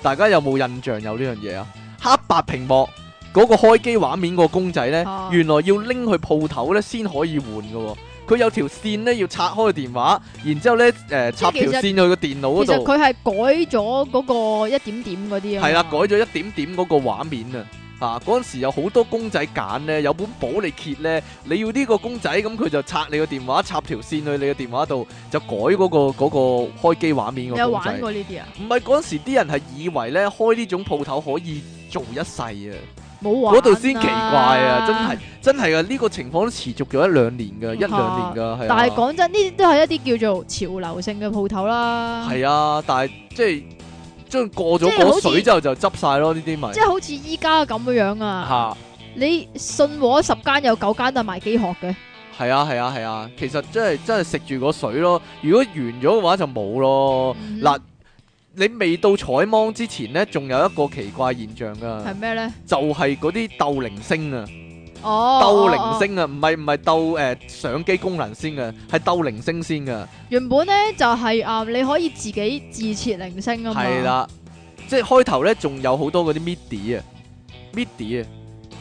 大家有冇印象有呢樣嘢啊？黑白屏幕嗰、個開機畫面個公仔咧，
啊
原來要拎去鋪頭咧先可以換嘅喎。佢有條線咧要拆開個電話，然之後咧誒、呃插
即係
條
其實
線去個電腦嗰
其實
度，
佢係改咗嗰個一點點嗰啲啊嘛，
係啦，改咗一點點嗰個畫面啊。啊！嗰陣時有好多公仔揀咧，有本簿你揭咧，你要呢個公仔，咁佢就拆你個電話，插條線去你個電話度，就改嗰、個嗰、個開機畫面
你
個
有
公
玩
仔。
過呢啲啊？
唔係嗰陣時啲人係以為咧開呢種鋪頭可以做一世啊！
冇玩
嗰度先奇怪啊！真係。真係啊！呢、個情況都持續咗一兩年㗎，一兩年㗎，係啊。
但係講真，呢啲都係一啲叫做潮流性嘅鋪頭啦，
係啊，但係即係將過咗
即係好
嗰
似
水之後就執晒咯，呢啲咪
即係好似依家咁樣樣啊。
嚇。
你信和十間有九間都係賣機殼嘅，
係啊係啊係啊，其實真係真係食住個水咯。如果完咗嘅話就冇咯。
嗯
嗱、你未到彩芒之前呢，仲有一個奇怪現象
係
噶，
咩咧？
就係嗰啲鬥鈴聲啊，
哦，
鬥
哦
鈴，
哦
聲啊，唔係唔係鬥誒相機功能先
嗯
嘅，係鬥鈴聲先嘅，
原本咧就係、啊，你可以自己自設鈴聲啊嘛，
係，啦。即係開頭呢，仲有好多嗰啲 MIDI 啊，MIDI 啊，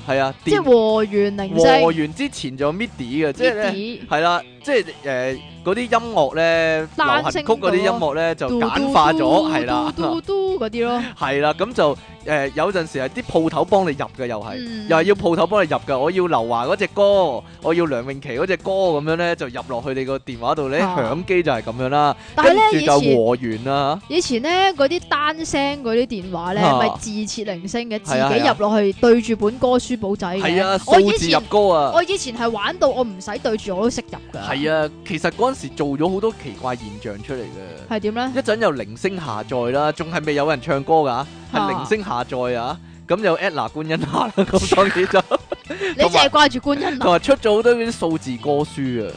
係啊，
即係
電
和弦鈴聲
和完之前仲有 MIDI 嘅，即係呢。
，MIDI
係啦，
嗯
即係誒嗰啲音樂咧，流
單
行曲
聲
嗰啲音樂咧就簡化咗，係啦，
啊嘟嘟嘟嗰啲咯，
係啦，咁就誒有陣時係啲鋪頭幫你入嘅，又係。
嗯
又係要鋪頭幫你入㗎，我要劉華嗰只歌，我要梁詠琪嗰只歌咁樣咧，就入落去你個電話度咧，
啊
響機就係咁樣啦。
但係咧
跟
以
住就
前
和弦啊啦，
以前咧嗰啲單聲嗰啲電話 咧，
啊
咪自設鈴聲嘅，自
係啊係
己
啊
入落去對住本歌書簿仔嘅
係啊，
我
數
以
字入
前
歌啊，
我以前係玩到我唔使對住我都識入㗎，
係啊，其實嗰陣時做咗好多奇怪現象出嚟嘅。
係點咧？
一陣有鈴聲下載啦，仲係未有人唱歌㗎，係
啊
鈴聲下載啊！咁有 Ella 觀音下啦， 咁當然就
你淨係掛住觀音啊
同埋出咗好多嗰啲數字歌書啊，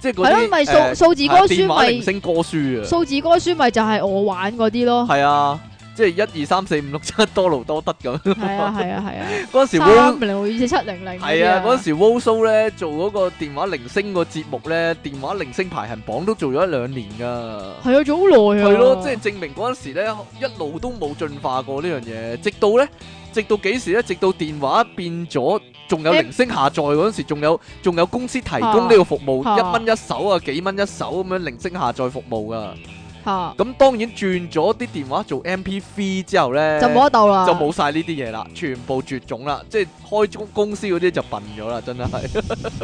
即係嗰
係
啲
咯，咪數
誒
數字歌
啊電
書
話鈴
咪
聲歌書啊，
數字歌書咪就係我玩嗰啲 咯，
係啊，即係一二三四五六七多勞多得咁。
係啊係啊係啊，
嗰陣時 Wo
三零二四七零零
係啊，嗰陣時 Wo Show 咧做嗰個電話鈴聲個節目咧，電話鈴聲排行榜都做咗一兩年㗎。
係啊，做好耐啊，
係咯，即係證明嗰陣時咧，一路都冇進化過呢樣嘢，直到咧，直到幾時咧？直到電話變咗，仲有
誒
零星下載嗰陣時，仲有仲有公司提供呢個服務，
啊
一蚊一手啊，幾蚊一手咁樣零星下載服務噶。
嚇
咁當然轉咗啲電話做 MP3 之後咧，
就冇得鬥啦，
就冇晒呢啲嘢啦，全部絕種啦，即係開公公司嗰啲就笨咗啦，真係，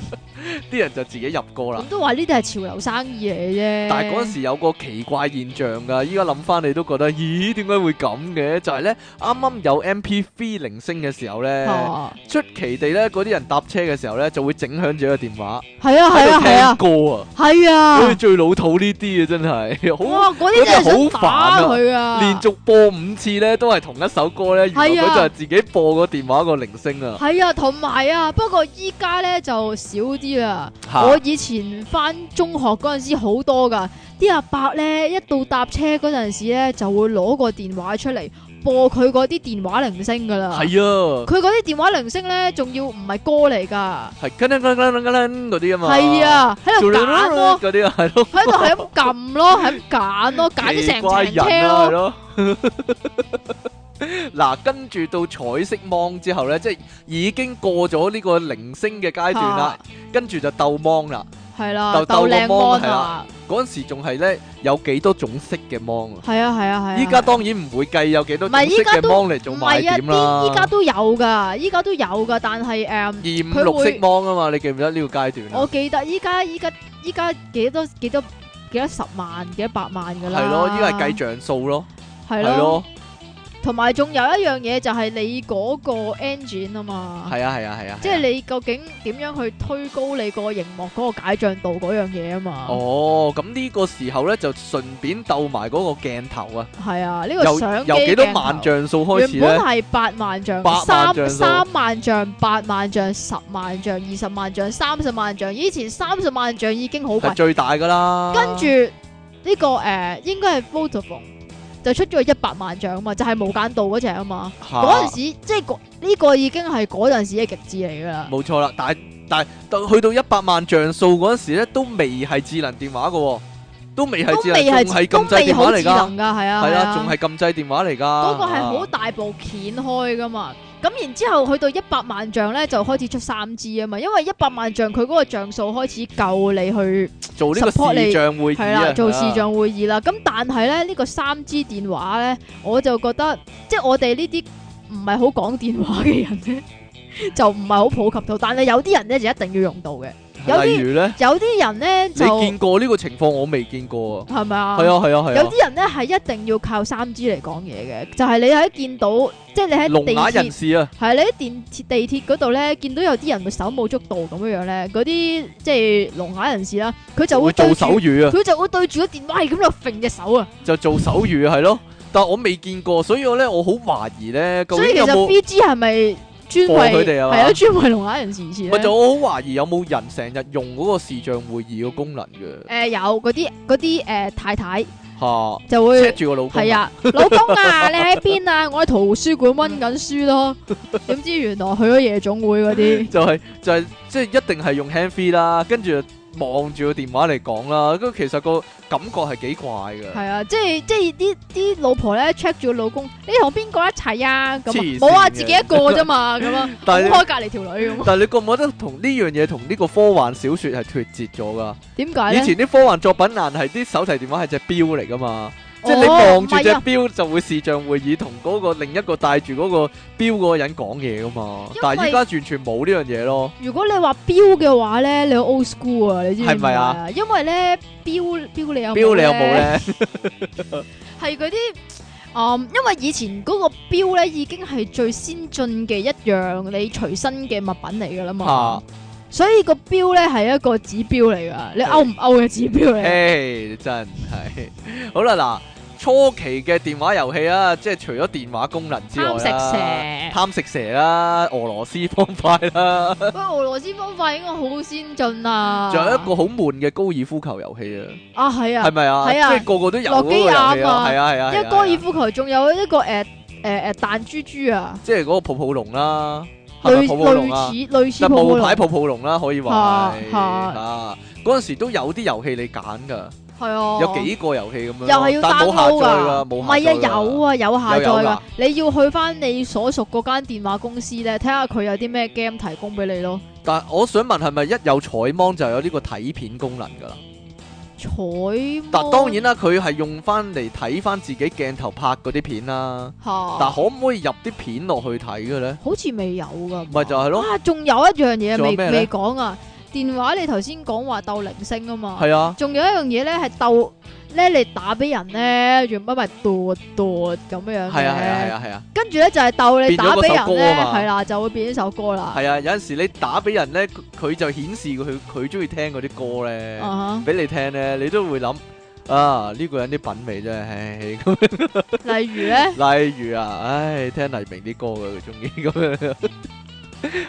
啲人就自己入歌啦
咁。都話呢啲係潮流生意嚟嘅啫。
但係嗰陣時有個奇怪現象㗎，依家諗翻你都覺得，咦點解會咁嘅？就係呢，啱啱有 MP3 鈴聲嘅時候呢，
哦
出奇地呢，嗰啲人搭車嘅時候呢，就會整響自己個電話，
係啊係啊係
喺
啊
度聽歌啊！
係
佢
啊，
最老土呢啲啊，真係好
哇嗰啲真係
嗰啲
想
好煩啊
打佢啊！
連續播五次呢，都係同一首歌呢。原來
係啊
佢就係自己播個電話個鈴聲啊！
係啊，同埋啊，不過依家咧就少啲啦。
嚇
我以前翻中學嗰陣時好多噶，啲阿伯咧一到搭車嗰陣時咧就會攞個電話出嚟播佢嗰啲電話鈴聲噶啦。
係啊，
佢嗰啲電話鈴聲咧，仲要唔係歌嚟噶，
係跟跟跟跟跟嗰啲啊嘛，
係，啊，喺度揀咯，
嗰啲啊，係咯。
喺度係咁撳咯，係咁揀咯，揀啲成
奇
程
怪人
車
啊係
咯，
咯。 嗱，跟住到彩色芒之後咧，即係已經過咗呢個零星嘅階段啦
啊，
跟住就鬥芒啦。
係啦，
鬥
鬥
鬥個
靚
芒
芒
係啦
啊，
嗰陣時仲係咧有幾多種色嘅芒啊！
係啊係啊係啊，
依家當然唔會計有幾多
唔
種
係
色
依家
嘅
都
芒嚟做
唔
賣
係啊，
點
啲依家
啦。
都有噶，依家都有噶，但係誒。
二五六
佢
色
會
芒啊嘛，你記唔記得呢個階段啊
我？記得依家依家依家幾多幾多幾多十萬、幾多百萬噶啦。
係咯，依家係計像素咯，
係
係
咯
咯，，
同埋仲有一樣嘢就係你嗰個 engine 啊嘛，
係啊，係啊，係啊，
即係你究竟點樣去推高你個熒幕嗰個解像度嗰樣嘢啊嘛。
哦，咁呢個時候咧就順便鬥埋嗰個鏡頭啊，
係啊，呢個
由
相機
由幾多
鏡頭
萬像素開始
原
咧
本？係八萬像
八、萬像
三
素
三萬像、八萬像、十萬像、二十萬像、三十萬像。以前三十萬像已經好
係
貴，
最大噶啦。
跟住呢個誒應該係 Photophone 就出咗一百萬像啊嘛，就係無間道嗰只啊嘛。
嚇
嗰陣時即係嗰呢個已經係嗰陣時嘅極致嚟㗎啦。
冇錯啦，但係但係到去到一百萬像素嗰陣時咧，都未係智能電話嘅喎，都未
都
係智能，
未
仲係
係都
撳掣
未
電話
好
嚟
智
㗎，
能㗎，係啊，
係
係
啊，仲係撳掣電話嚟㗎。
嗰個係好大部掀開噶嘛。咁然之後去到一百萬像咧，就開始出三 G 啊嘛，因為一百萬像佢嗰個像素開始夠你去
做呢個
support 你
視像會議
係
啊
啦做
係啊
視像會議啦。咁但係咧呢個三 G 電話咧，我就覺得即係我哋呢啲唔係好講電話嘅人咧， 就唔係好普及到。但係有啲人咧就一定要用到嘅，有啲
例如咧，
有啲人咧
你
就
見過呢個情況，我未見過啊。
係咪啊？
係啊，係啊，係
有
啊。
啲人咧係一定要靠三 G 嚟講嘢嘅，就係、你喺見到，即係你喺
聾
地
啞
鐵
人士啊，
係你喺電鐵地鐵嗰度咧，見到有啲人會手舞足蹈咁樣樣咧，嗰啲即係聾啞人士啦，佢就會
會
對
做
住
手語啊，
佢就會對住個電話係咁喺度揈隻手啊，
就做手語啊係咯。但我未見過，所以我咧我好懷疑咧，究
所
竟
以其
有
實
冇？
B G 係咪專
播佢
為
哋啊嘛
係啊專為聾啞人士而設
咪就
咧？
我好懷疑有冇人成日用嗰個視像會議嘅功能嘅
誒、有嗰啲嗰啲誒太太
嚇
就會
，set 住個老公
係啊，老公啊，你喺邊啊？我喺圖書館温緊書咯，點知原來去咗夜總會嗰啲。
就係、就係即係一定係用 hand free 啦，跟住望住個電話嚟講啦，咁其實個感覺係幾怪
系
嘅。
啊，即系即系啲啲老婆咧 check 住個老公，你同邊個一齊啊？咁
黐
啊
線
冇啊，
嘅
自己一個 啫嘛，咁啊，
但
咁
係
開隔離條女咁啊，
但係你覺唔覺得同呢樣嘢同呢個科幻小說係脱節咗㗎？
點解
以
咧？
前啲科幻作品硬係啲手提電話係隻錶嚟㗎嘛，即係你
哦
望住
唔
隻
係啊
錶就會視像會議同嗰個另一個戴住嗰個錶嗰個人講嘢㗎嘛
因。
但係
為
依家完全冇呢樣嘢咯，
如果你話錶嘅話咧，你好 old school 啊，你知唔知
係咪啊？
因為咧錶錶你
錶
有
你有冇
咧？
咧？
係嗰啲。嗯，因為以前嗰個錶咧已經係最先進嘅一樣你隨身嘅物品嚟噶啦嘛
嚇，，
所以個錶咧係一個指標嚟噶，你勾唔勾嘅指標嚟㗎。
唉，真係好啦，嗱，初期嘅電話遊戲啊，即係除咗電話功能之外
貪食
啦，
蛇。
貪食蛇啦，俄羅斯方塊 啦，
不過俄羅斯方法應該好先進啊！
仲有一個好悶嘅高爾夫球遊戲啊，
啊，係
係
啊，
咪啊？
係啊
即係個個都有嗰
諾
個
基
遊戲啊，
亞嘛
係啊係啊，
因
係
為
啊
高爾，
係啊
夫球仲有一個誒誒誒彈珠珠啊，
即係嗰個泡泡龍啦，係咪
類
泡泡龍啊？
類似類似
嗱，
泡泡
冒
龍
牌，泡泡龍啦，可以話係
嚇嚇
啊，嗰陣時都有啲遊戲你揀㗎，
係啊，
有幾個遊戲咁樣咯，
又係要
但冇下
download
載㗎，
㗎，
冇
唔
下
係
載
啊，有
㗎，
啊有下
又
載
有
㗎
㗎，
你要去翻你所屬嗰間電話公司咧，睇下佢有啲咩 game 提供俾你咯。
但我想問係咪一有彩芒就有呢個睇片功能㗎啦？
彩，
但當然啦，佢係用翻嚟睇翻自己鏡頭拍嗰啲片啦。但
嚇，
可唔可以入啲片落去睇嘅咧？
好似未有㗎，
咪就係咯，
啊，仲有一樣嘢
仲有
未
咩呢
未講啊，電話你頭先講話鬥鈴聲啊嘛。
係啊，
仲有一樣嘢咧，係鬥咧，你打俾人咧，原本咪剁剁咁
係啊，
樣嘅。
係啊，係啊，係啊，
跟住咧就係鬥你
變咗
打俾
嗰
人
首歌啊
咧，
嘛
係啦，就會變咗首歌啦。
係啊！有陣時你打俾人咧，佢佢就顯示佢佢中意聽嗰啲歌咧，
啊
俾你聽咧，你都會諗啊呢個人啲品味真係，唉咁，
哈，例如咧
例如啊，唉，聽黎明啲歌嘅佢中意咁樣，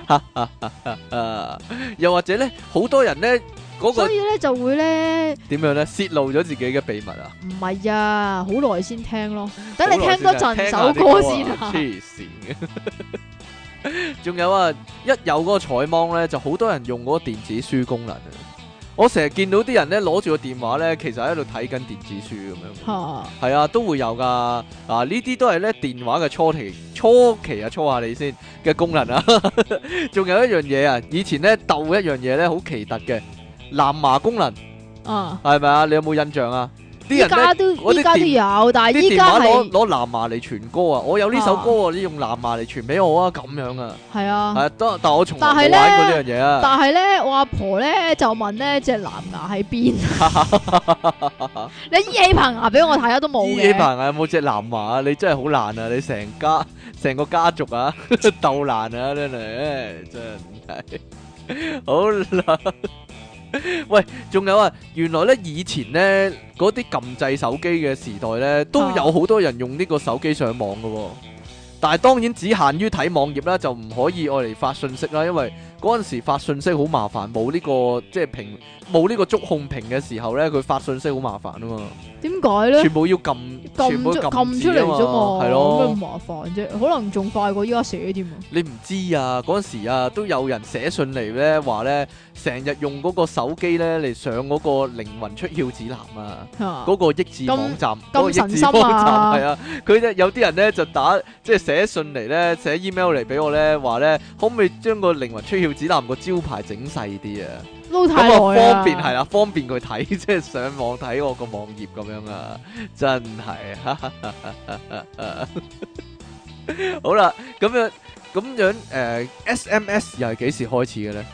哈哈哈哈啊！又或者咧，好多人咧嗰、個
所以咧就會咧，
點樣咧，泄露咗自己嘅秘密啊！
唔係啊，好耐先聽咯。等你
好耐
聽多
先啊
陣
聽
首
下啲
歌
啊
先啊。
黐線嘅。仲有啊，一有嗰個彩芒咧，就好多人用嗰個電子書功能啊。我成日見到啲人咧攞住個電話咧，其實喺度睇緊電子書咁樣。
嚇，
係啊，都會有噶。啊，呢啲都係咧電話嘅初期、初期啊，初下你先嘅功能啊。 仲有一樣嘢啊，以前咧鬥一樣嘢咧好奇特嘅藍牙功能，
啊，
係咪啊？你有冇印象啊？啲
依
人
家
咧
都
嗰啲
依家都有，但係
啲
依
電
家
話攞
係
攞藍牙嚟傳歌啊！我有呢首歌啊，你用藍牙嚟傳俾我啊，咁樣啊，
係啊。
係但但我從來
但係
冇
呢
玩過呢樣嘢啊，
但係咧，我阿婆咧就問咧隻藍牙喺邊，啊 你依起棚牙俾我睇下都冇
依
嘅
你。朋友有冇隻藍牙啊？你真係好難啊！你成家 成個家族啊 鬥難啊，真係真係好啦。 喂，仲有啊，原來咧以前咧嗰啲撳掣手機嘅時代咧，都
啊
有好多人用呢個手機上網嘅喎。但係當然只限於睇網頁啦，就唔可以愛嚟發信息啦，因為嗰陣時發信息好麻煩，冇呢、個即係屏冇呢個觸控屏嘅時候咧，佢發信息好麻煩啊嘛，
點解咧
全？部要撳，全
撳
部
出
都
撳
撳
出嚟
字啊
啫嘛，
係
有咩
咯
咁，麻煩啫？可能仲快過依家寫添啊！
你唔知啊，嗰陣時啊都有人寫信嚟咧話咧，成日用嗰個手機咧嚟上嗰個靈魂出竅指南啊。
嚇
嗰個益智
咁
網站，嗰個
咁
益
神
智
心啊
網站係啊，佢就有啲人咧就打即係寫信嚟咧，寫 email 嚟俾我咧，話咧可唔可以將個靈魂出竅指南個招牌整細啲啊？咁
撈
啊
太耐啦
方便係啦，方便佢睇， 即係上網睇我個網頁咁樣啊， 真係啊！好啦，咁樣咁樣誒、SMS 又係幾時開始嘅咧？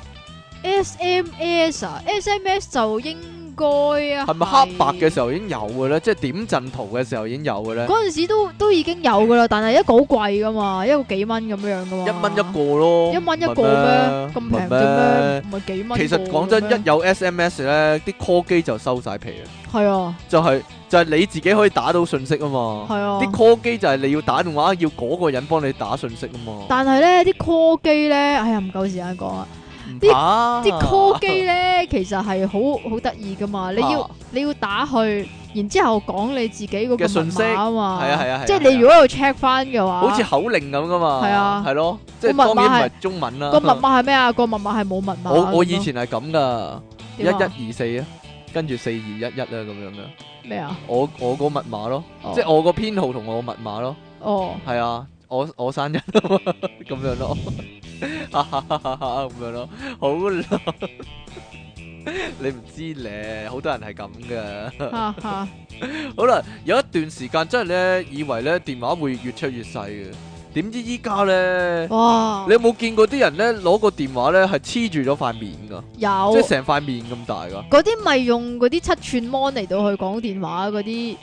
SMS 啊，SMS 就應該啊係
係咪黑白嘅時啊候已經有嘅咧？即係點陣圖嘅時候已經有嘅咧？
嗰陣時都都已經有噶啦，但係一個好貴噶嘛，一個幾蚊咁樣噶嘛，
一蚊一個咯，
一蚊一個
唔係
咩？咁平啫
唔係
咩？唔係幾蚊個嘅咩？
其實講真，一有 SMS 咧，啲 call 機就收晒皮啦，
係啊
就係、就係、你自己可以打到信息啊嘛。
係啊
啲。call 機就係你要打電話，要嗰個人幫你打信息啊嘛。
但係咧，啲 call 機咧，哎呀唔夠時間講啊！
唔
啲
怕
啲 call 機咧，其實係好好得意噶嘛，你要
啊
你要打去，然之後講你自己嗰個
嘅信
密
息
碼啊嘛，
係啊係啊係啊
即係
係啊
你如果要 check 翻嘅話，
好似口令咁噶嘛。
係啊
係咯，即係
個密
當
碼
然唔係中文啦。
個密碼係咩啊？個密碼係冇密碼。
我我以前係咁噶，一
點啊
一二四啊，跟住四二一一啊咁樣噶。
咩啊？
我我個密碼咯，
哦
即係我個編號同我個密碼咯。
哦，
系啊，我我生日啊嘛 咁樣咯，咁樣咯，好啦， 你唔知咧，好多人係咁噶。
哈哈，
好啦，有一段時間真係咧，以為咧電話會越出越細嘅，點知依家咧，
哇
你，有冇見過啲人咧攞個電話咧係黐住咗塊面噶，
有
即係成塊面咁大噶，
嗰啲咪用嗰啲七寸 mon 嚟到去講電話嗰啲，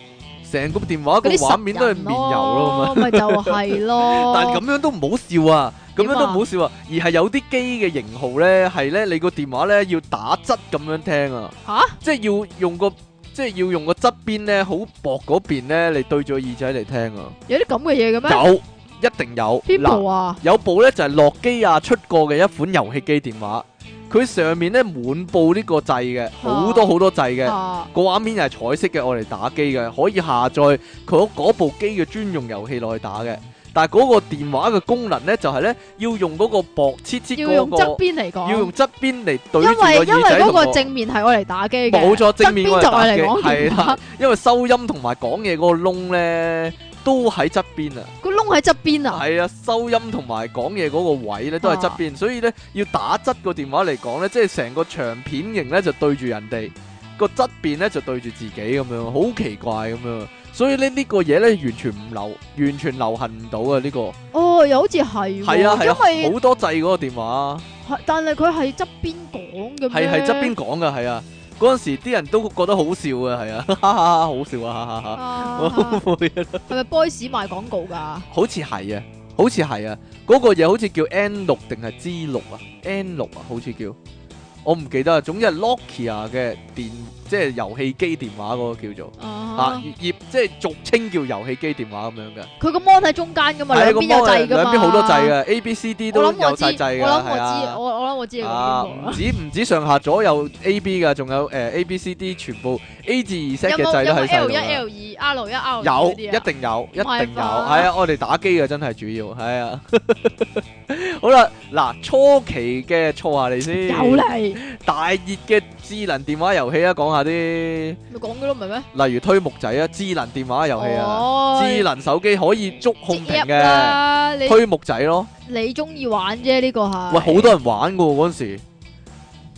成個電話個
嗰啲
畫面都係
十人
面油咯咁啊。
咪就係咯。
但係咁樣都唔好笑啊！咁樣
點啊
都唔好笑啊！而係有啲機嘅型號咧，係咧你個電話咧要打側咁樣聽啊！
吓
即係要用個即係要用個側邊咧，好薄嗰邊咧嚟對住個耳仔嚟聽啊！
有啲咁嘅嘢嘅咩？
有，一定有。
邊
嗱
部啊？
有部咧就係諾基亞出過嘅一款遊戲機電話，佢上面咧滿布呢個掣嘅，好多好多掣嘅。
啊，
個畫面又係彩色嘅，我嚟打機嘅，可以下載佢嗰部機嘅專用遊戲落去打嘅。但係嗰個電話嘅功能呢，就係、呢要用嗰個薄切切
要用
嗰個，
側邊嚟講。
要用側邊嚟對
因
住個
為
耳
因為
仔
嗰
同
個
個
正面係我嚟打機嘅，
冇錯，正面
側
我
邊就係嚟
嚟
講
打機，
電
係
話
啦，，因為收音同埋講嘢嗰個窿呢，都喺側邊啊，
個窿喺側邊啊，
係啊，收音同埋講嘢嗰個位呢，都係側邊，所以呢，要打側個電話嚟講呢，即係成個長片型呢，就對住人哋，個側邊呢，就對住自己咁樣，好奇怪咁樣。所以呢，呢個嘢呢，完全唔流，完全流行唔到啊！呢個
哦，又好似係喎，
係啊係
因
啊，
為
好多掣嗰個電話。
但係佢係側邊講嘅咩，
係係側邊講噶，係啊，嗰陣時啲人都覺得好笑啊，係啊，哈 哈哈，好笑啊，哈哈哈，
啊，係咪 boys 賣廣告㗎？
好似係啊，好似係啊，嗰、個嘢好似叫 N 六定係 G 六啊，N 六啊，好似叫，我唔記得啊，總之係 Nokia 嘅電，即係遊戲機電話嗰個叫做。啊，
啊，
葉即係俗稱叫遊戲機電話咁樣嘅，
佢個 mon 喺中間㗎嘛，
係
兩
啊個
邊有
mon 係
掣㗎嘛，
兩邊好多掣嘅，A、B、C、D
我
都
諗我
有
知，
晒掣嘅，
我諗我
係啊
知，我我諗我知你講
啊，
邊
唔
個啊。
止唔止上下左右 A B 噶，仲有誒 A B C D 全部 A 至 Z
有
嘅掣
冇
都
有
喺
冇
晒
L
度啊
一
㗎。
L 二 R 一 R
有，
嗰
一
啲啊？
定有，一定有，
咪
係
吧
啊！我哋打機嘅真係主要，係啊。 好啦，嗱，初期嘅錯下你先，
有嚟，
大熱嘅智能電話遊戲啊，講下啲，
咪講嘅咯，唔係咩？
例如推木仔啊，智能電話遊戲啊，
哦
智能手機可以觸控屏
app
嘅，
啦，你
推木仔咯。
你中意玩啫，呢個係。
喂，好多人玩噶喎嗰陣時，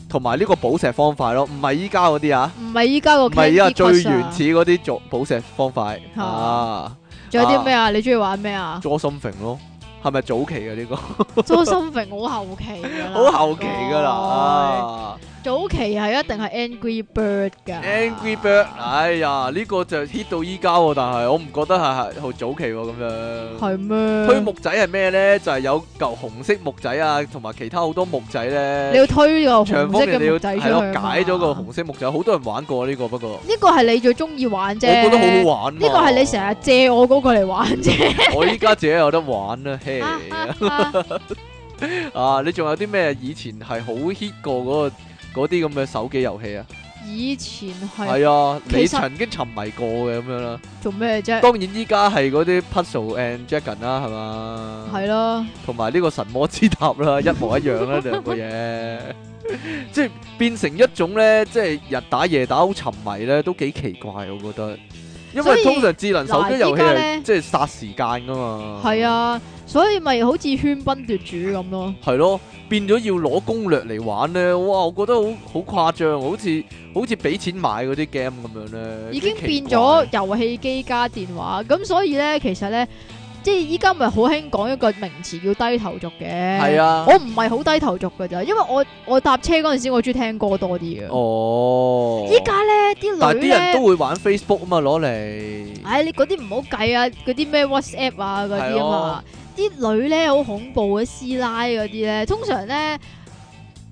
同埋呢個寶石方塊咯，唔係依家嗰啲啊，
唔係依家個
唔係
Candy
啊，最
Crush
原始嗰啲做寶石方塊
嚇
啊，
仲有啲咩啊？你中意玩 咩啊
捉心揈咯，係咪早期嘅呢個？
？Joe Something 好後期㗎 啦
好後期㗎啦，啊
早期係一定係 Angry Bird 㗎。
，Angry Bird，哎呀，呢個就 hit 到依家喎，但係我唔覺得係係好早期喎咁樣。
係啊咩？
推木仔係咩咧？就係、有嚿紅色木仔啊，同埋其他好多木仔
你
咧。
要推個
長
紅
方
色
形你
嘅
要
木仔出
係
去啊
咯，
嘛
解咗個紅色木仔，好多人玩過呢、個，不過我
呢個係你最中意玩啫。
覺得好好玩。啊
呢個係你成日，借我嗰個嚟玩 啫。
我依家自己有得玩啦， 嘿
啊
啊！你仲有啲咩以前係好 hit 過嗰、個嗰啲咁嘅手機遊戲啊？
以前係
係啊，
其
你
實
曾經沉迷過嘅咁樣啦。
做咩 啫？
當然依家係嗰啲 Puzzle and Dragon 啦，係嘛？
係咯，
同埋呢個神魔之塔啦， 一模一樣啦，兩個嘢， 即係變成一種咧，即係日打夜打好沉迷咧，都幾奇怪，我覺得。因
所
為
以
通常智能手機遊戲
嗱依家咧
係即係殺時間噶嘛。
係。啊，所以咪好似喧賓奪主咁咯。
係咯，變咗要攞攻略嚟玩咧，哇！我覺得好好誇張，好似好似俾錢買嗰啲 game 咁樣咧。
已經
幾奇
變
怪
咗遊戲機加電話，咁所以咧，其實咧，即係依家咪好興講一個名詞叫低頭族嘅。
係啊。
我唔係好低頭族㗎咋，因為我我搭車嗰陣時，我中意聽歌多啲嘅。
哦。
依家咧啲
但係
女
啲人
咧
都，會玩 Facebook 啊嘛，攞嚟。
唉，你嗰啲唔好計啊，嗰啲咩 WhatsApp 啊嗰
係
啲啊
咯
嘛，啲女咧好恐怖嘅師奶嗰啲咧，通常咧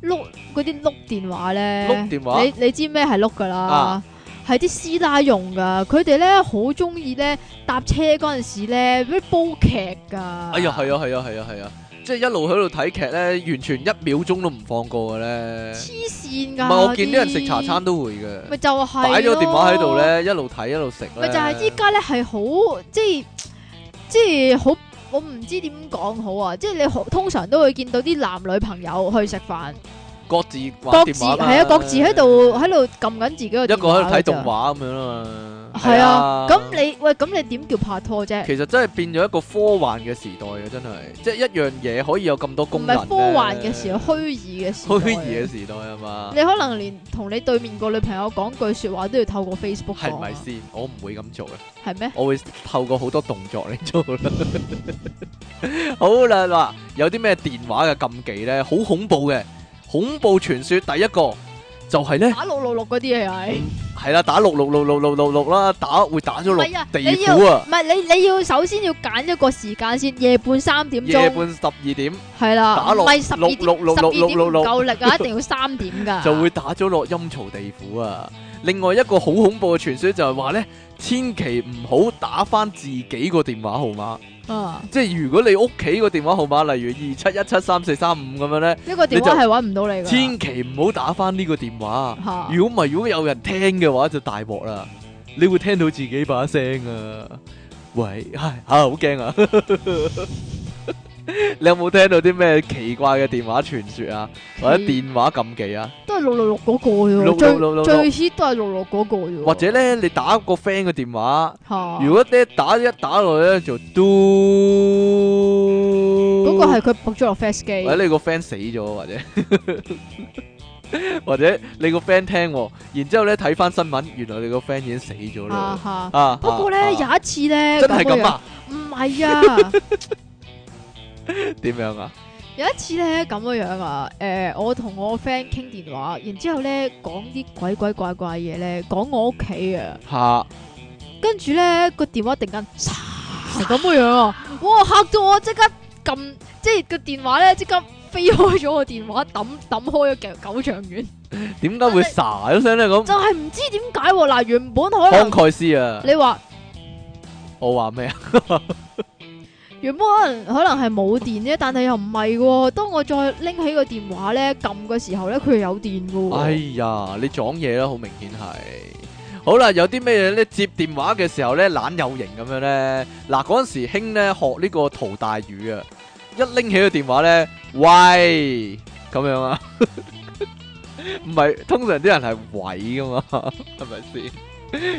碌嗰啲碌電話咧，
碌電話
你你知咩係碌㗎啦
啊？
係啲師奶用㗎，佢哋咧好中意咧搭車嗰陣時咧，咩煲劇㗎。
哎呀，係啊，係啊，係啊，係啊，即係一路喺度睇劇咧，完全一秒鐘都唔放過嘅咧。
黐線
唔
㗎！
係，我見啲人食茶餐都會
咪
嘅，
就係
擺咗電話喺度
咯
咧，一路睇一路食
咪就係依家咧係好即係即係好，我唔知點講好啊！即係你好通常都會見到啲男女朋友去食飯，
各自玩
各自
電話嘛
係啊，各自喺度喺度撳緊自己個
一個
電話
喺度睇
㗎咋
動畫咁樣啊嘛。
係啊，咁你喂咁你點叫拍拖啫？
其實真係變咗一個科幻嘅時代嘅，真係，即係一樣嘢可以有咁多
唔
功能。
係科幻嘅時候，，虛擬嘅時代
虛擬嘅時代係嘛？
你可能連同你對面個女朋友講句説話都要透過 Facebook
係咪
講，啊
先？我唔會咁做嘅。
係咩？
我會透過好多動作嚟做啦。好啦， 嗱，有啲咩電話嘅禁忌咧？好恐怖嘅，恐怖傳說第一個就係咧，
打六六六嗰啲嘢係。
係啦，打六六六六六六六啦，打會打咗
唔
落
係啊，
地
你要
府啊
唔，係你你要首先要揀一個時間先，夜半三點
夜
鐘
半十二點
係啦，
打
唔
落
係十二點
六六六六
十二點
六
唔
六
夠力啊，一定要三點噶，
就會打咗落陰曹地府啊。另外一個好恐怖嘅傳說就係話咧，千祈唔好打翻自己個電話號碼，
啊
即係如果你屋企個電話號碼，例如二七一七三四三五咁樣咧，
呢個電話係揾唔到你噶，
千祈唔好打翻呢個電話啊。
嚇
如果唔係，如果有人聽嘅話，就大鑊啦！你會聽到自己把聲啊！喂，唉，吓好驚啊！ 你有冇聽到啲咩奇怪嘅電話傳說啊，或者電話禁忌啊？
都係六六六嗰個
六
啫
六六六
喎，最最 hit 都係六六嗰個啫喎，
或者咧，你打個 friend 嘅電話，
嚇
如果咧打一打落去咧就嘟，
嗰個係佢駁咗落 fast 機，
或者你個 friend 死咗，或者 或者你個 friend 聽喎，然之後咧睇翻新聞，原來你個 friend 已經死咗
啊
啦。
嚇，
啊，
不過
啊
咧有一次咧
真係咁
樣，
啊？
唔係 啊。
點樣啊？
有一次咧咁樣樣啊，誒、我同我 friend 傾電話，然之後咧講啲鬼鬼怪怪嘢咧，講我屋企啊，
吓，
跟住咧個電話突然間沙咁嘅樣啊，哇嚇到我即刻撳，即係個電話咧即刻飛開咗個電話，抌抌開咗九九丈遠，
點解會沙咗聲咧？咁
就係、唔知點解喎嗱，原本可
慷
能
慨斯啊，
你話
我話咩啊？
原本可能可能係冇電啫，但係又唔係喎，當我再拎起個電話咧撳嘅時候咧，佢係有電嘅喎。
哎呀，你撞嘢啦，好明顯係。好啦，有啲咩嘢咧？接電話嘅時候咧，懶有型咁樣咧。嗱，嗰陣時興咧學呢個陶大宇啊，一拎起個電話咧，喂咁樣啊，唔係通常啲人係喂啊噶嘛，係咪先？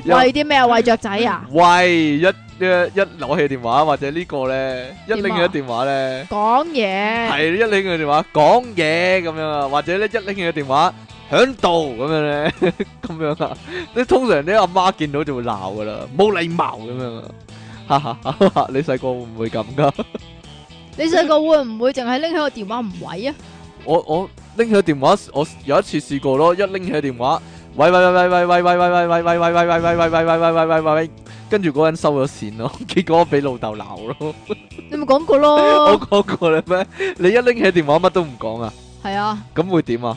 有
喂啲咩啊？喂雀仔啊？
喂，一一一攞起電話或者呢個咧，一拎起電話咧，
講嘢
係一拎起電話講嘢咁樣啊，或者咧一拎起電話響度咁樣咧，咁樣啊，你通常啲阿媽見到就會鬧噶啦，冇禮貌咁樣啊，哈哈哈哈！你細個會唔會咁噶？
你細個會唔會淨係拎起個電話唔位啊？
我我拎起電話，我有一次試過咯，一拎起電話，喂喂喂喂喂喂喂喂喂喂喂喂喂喂喂喂喂喂喂喂喂，跟住嗰個人收咗線咯，結果俾老豆鬧咯。
你咪講過
我
咯，
講過啦咩？你一拎起電話乜都唔講啊，
係啊。
咁會點啊？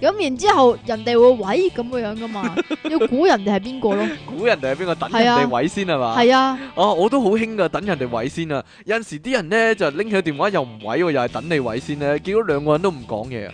咁然之後人哋會喂咁嘅樣噶 嘛，要估人哋係邊個咯？
估人哋係邊個等人
係啊
哋位先係嘛？
係啊，
啊，我都好興噶，等人哋位先啊！有陣時啲人咧就拎起電話又唔位喎，又係等你位先咧，結果兩個人都唔講嘢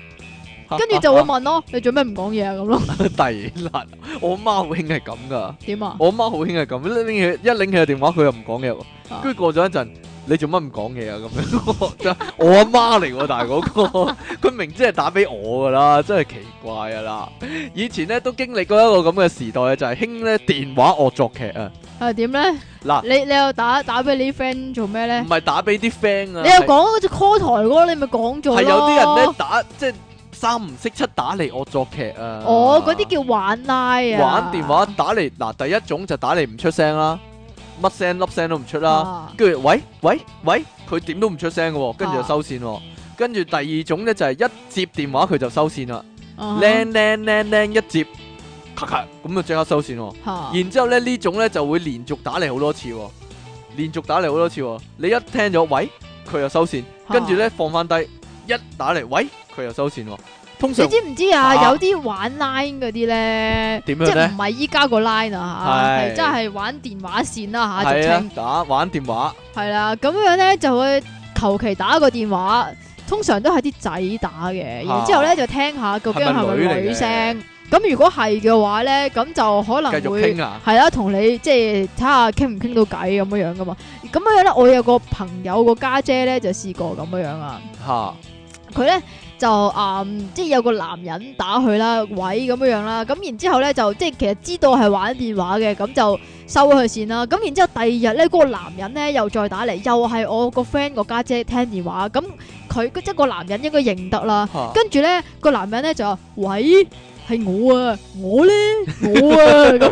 啊！
跟住就會問咯，你做咩唔講嘢啊？咁 咯，
第甩，我媽好興係咁噶，
點啊？
我媽好興係咁，拎起一拎起個電話佢又唔講嘢喎，
啊
跟住過咗一陣，你做乜唔講嘢啊？咁樣我真係，我阿媽嚟喎，但係嗰個佢明知係打俾我噶啦，真係奇怪啊啦！以前咧都經歷過一個咁嘅時代啊，就係興咧電話惡作劇啊，
係點咧？
嗱
你你又打打俾你啲 friend 做咩咧
唔？係打俾啲 friend 啊，
你又講嗰只 call 台嗰個，你咪講咗咯。
係有啲人咧打即係三唔識七打嚟惡作劇啊！
哦，嗰啲叫玩拉啊，
玩電話打嚟嗱，第一種就打嚟唔出聲啦，乜聲粒聲都唔出啦，
啊，
跟住喂喂喂，佢點都唔出聲嘅喎，跟住就
啊
收線喎。跟住第二種咧就係一接電話佢就收線啦，
啊
靚靚靚靚一接，咔咔咁就即刻收線喎。
嚇
然之後咧呢種咧就會連續打嚟好多次喎，連續打嚟好多次喎。你一聽咗喂，佢又收線，
啊
跟住咧放翻低，一打嚟喂，佢又收線喎。通常
你知唔知啊？
啊
有啲玩 line 嗰啲咧，
點樣
即係
咧
唔係依家個 line 啊
係
嚇，係真係玩電話線啦嚇，
係
直
啊
稱，
打玩電話
係啦。咁樣咧就會求其打個電話，通常都係啲仔打嘅。
啊
然之後咧就聽下究竟
係咪
係
女嚟
咪
嘅
女聲。咁如果係嘅話咧，咁就可
繼
能
續
會。
傾啊，
係啦，同你即係睇下傾唔傾到偈咁樣樣噶嘛。咁樣咧，我有個朋友個家姐咧就試過咁樣樣啊。
嚇
佢咧就嗯，即係有個男人打佢啦，位咁樣樣啦。咁然之後咧就即係其實知道係玩電話嘅，咁就收咗佢線啦。咁然之後第二日咧，嗰、個男人咧又再打嚟，又係我個 friend 個家姐聽電話。咁佢即係個男人應該認 得啦。
嚇
跟住咧個男人咧就話：喂，係我啊，我咧，我啊咁。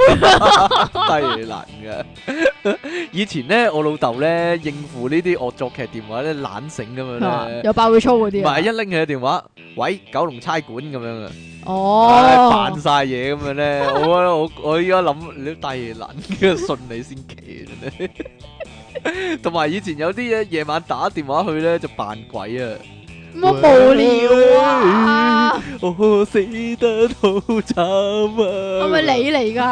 低能嘅。 以前咧，我老豆咧應付呢啲惡作劇電話咧懶醒咁樣
啊
咧，
有爆佢粗嗰
唔
啲啊
係一拎起個電話，喂九龍差館咁樣啊。唉扮
哦，
晒嘢咁樣咧，我覺得我我依家諗你低能，跟 住信你先奇真係。 同埋以前有啲嘢夜晚打電話去咧就扮鬼啊，
乜無 聊啊！
我死得好慘啊！
係咪你嚟
唔
噶？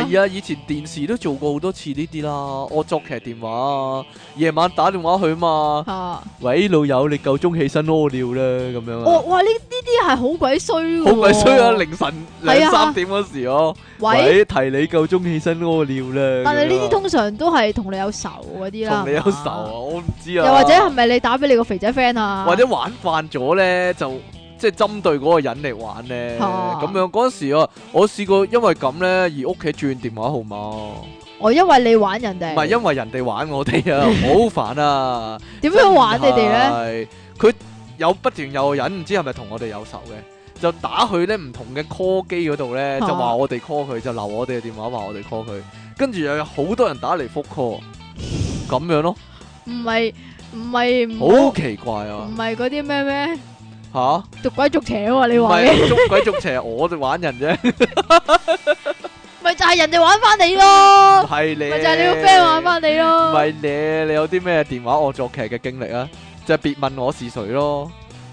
係啊，以前電視都做過好多次呢啲啦，惡作劇電話啊，夜晚打電話去嘛，
啊！
喂老友你夠鐘起身屙尿啦咁樣
我
啊，
哇呢呢啲係好鬼衰㗎喎
好鬼衰啊！！凌晨
係
兩
啊
三點嗰時哦。
喂，
提你夠鐘起身屙尿啦。
但係呢
咁樣啊
啲通常都係同你有仇嗰啲啦，
同你有仇
係
啊，
嘛？
我唔知啊。
又或者係咪你打俾你個肥仔 friend 啊？
或者玩慣咗咧，就即係針對嗰個人嚟玩咧，
啊
咁樣嗰陣時啊，我試過因為咁咧而屋企轉電話號碼，
我因為你玩人哋
唔，係因為人哋玩我 哋啊，好煩啊！
點樣玩你哋咧？
咧？佢有不斷有個人唔知係咪同我哋有仇嘅，就打去咧唔同嘅 call 機嗰度咧，
啊
就話我哋 call 佢，就留我哋嘅電話話我哋 call 佢，跟住又有好多人打嚟復 call，咁樣咯，
唔係唔係
好
唔
奇怪啊
唔係嗰啲咩咩
吓！
逐鬼逐邪啊喎？你
唔
話嘅
係捉鬼捉邪，我哋玩人啫，
咪就係人哋玩翻你咯
唔，係你，
咪就係你個 friend 玩翻你
唔
咯。
係你，你有啲咩電話惡作劇嘅經歷啊？就係別問我是誰咯，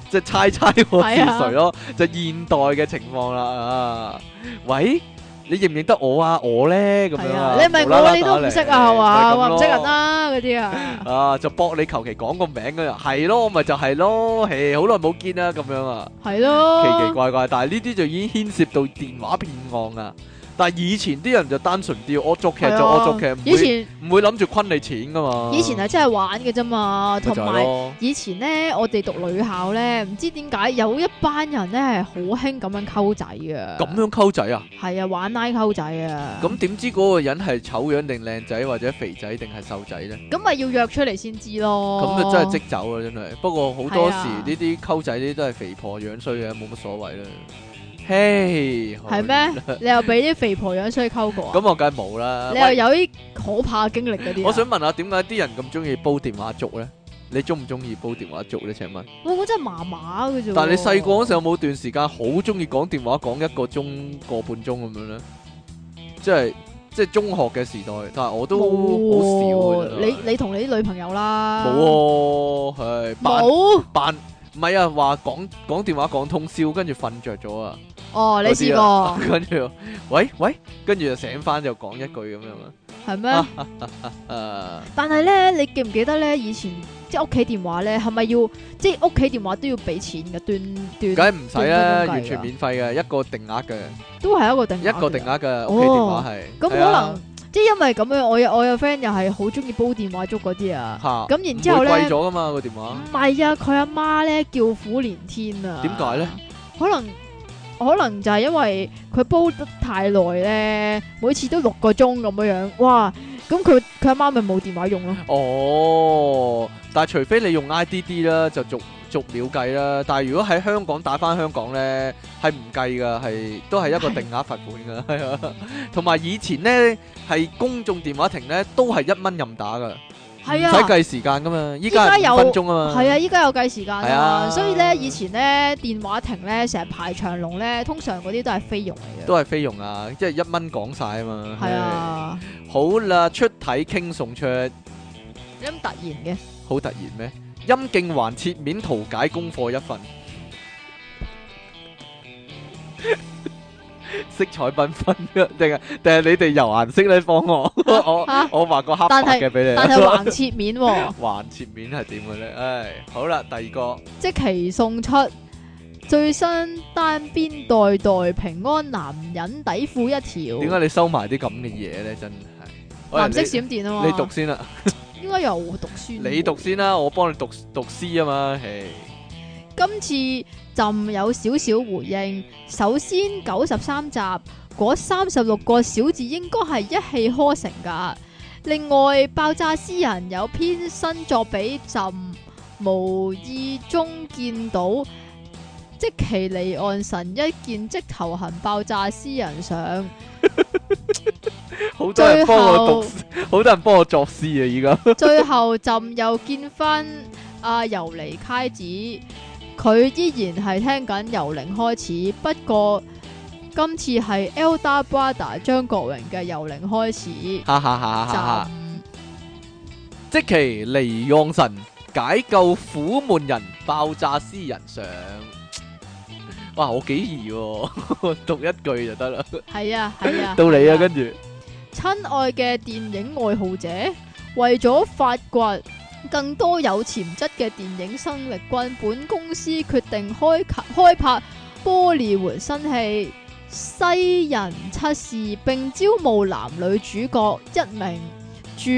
即係猜猜我是
啊
誰咯，就現代嘅情況啦啊！喂，你認唔認得我啊？我咧咁
係
樣
啊，
啊，
你咪
無啦啦
我你都唔識啊，係
打
嘛？
嚟
話唔
咪
識
咁咯
人啦嗰啲啊，
啊，就搏你求其講個名嗰樣，係咯，我咪就係咯，誒，好耐冇見啦，咁樣啊，
係
奇奇
咯，
怪怪，但係呢啲就已經牽涉到電話騙案啊！但係以前啲人就單純啲，惡作劇就
係
惡
啊
作劇，唔
以
會
前
唔會諗住坤你錢噶嘛。
以前係真係玩嘅啫嘛，
咪
同
就係
埋。
咯。
以前咧，我哋讀女校咧，唔知點解有一班人咧係好興咁樣溝仔嘅，
咁樣溝仔啊？
係啊，玩拉溝仔啊，
咁點知嗰個人係醜樣定靚仔或者肥仔定係瘦仔呢？
咁咪要約出嚟先知
咁、
咯。
就真係即走啦，真係。不過好多
係
時
啊
呢啲溝仔呢啲都係肥婆樣衰嘅，冇乜所謂啦。嘿，
係咩？你又俾啲肥婆樣衰溝過啊？
咁我梗係冇啦。
你
喂
又有啲可怕經歷嗰啲啊？
我想問下，點解啲人咁中意煲電話粥咧？你中唔中意煲電話粥咧？請問，
我我真係麻麻嘅啫喎。
但係你細個嗰陣時有冇段時間好中意講電話，講一個鐘、個半鐘咁樣咧？即係即係中學嘅時代，但係我都好
冇
少
喎
嘅真係
你你同你啲女朋友啦。
冇喎，係扮
冇
扮唔係啊，話講講電話講通宵，跟住瞓着咗啊！
哦，你試
嗰啲啊
過
跟住喂喂，跟住就醒翻就講一句咁樣啊
係 咩？
啊！
但係咧，你記唔記得咧？以前即係屋企電話咧，係咪要即係屋企電話都要俾錢嘅？
梗
斷斷
係唔使啦，
斷斷咁計㗎
完全免費嘅，一個定額嘅，
都係一個定額
一個定
㗎
額嘅屋企電話係。
咁可
係啊
能即係因為咁樣，我有我有 friend 又係好中意煲電話粥嗰啲啊。
嚇，
咁然之後
唔會貴
咧，
咗噶嘛個電話
唔，係啊，佢阿媽咧叫苦連天啊。
點解咧？
可能可能就係因為佢煲得太耐咧，每次都六個鐘咁樣樣，哇！咁佢佢阿媽咪冇電話用咯。
哦，但係除非你用 IDD 啦，就逐逐秒計啦。但係如果喺香港打翻香港咧，係唔計噶，係都係一個定額罰款 噶。係啊，同埋以前咧係公眾電話亭咧都係一蚊任打噶，
係啊
唔使計時間噶嘛。依家
依家
係
有
五分鐘啊嘛。
係啊，依家有計時間
係啊
啊，所以咧以前咧電話亭咧成日排長龍咧，通常嗰啲都係菲傭嚟嘅。
都係菲傭啊，即係一蚊講晒啊嘛。
係啊，
唉，好啦，出體傾送出，
咁突然嘅，
好突然咩？陰莖環切面圖解功課一份， 色彩繽紛定係定係你哋油顏色咧？幫 我，我
嚇
我畫個黑
但
白
係
嘅俾你
但係
啦。
橫切面 喎，
環切面係點嘅咧？唉，好啦，第二個
即期送出最新單邊代代平安男人底褲一
點
條，
解你收埋啲咁嘅嘢咧？真係喂
藍色
你
閃電啊嘛。
你讀先啦，
應該由我讀書喎。
你讀先啦，我幫你讀讀詩啊嘛，嘿。
今次朕有少少回應。首先九十三集嗰三十六個小字應該係一氣呵成噶。另外，爆炸詩人有篇新作俾朕，無意中見到即其離岸神一見即頭痕爆炸詩人上。
好多人幫我
最
讀，好多人幫我作詩啊！而
最後朕又見啊翻阿游離開子，佢依然係聽緊由零開始，不過今次係 Elda Brother 張國榮嘅由零開始。
家，哈哈哈哈哈！
朕
即其離岸神解救苦悶人，爆炸詩人上。 哇！我幾易喎， 讀一句就得啦。
係啊係啊，
到你
係
啊，跟住
親愛嘅電影愛好者，為咗發掘更多有潛質嘅電影生力軍，本公司決定開啟開拍玻璃活新戲《西人七事》，並招募男女主角一名，注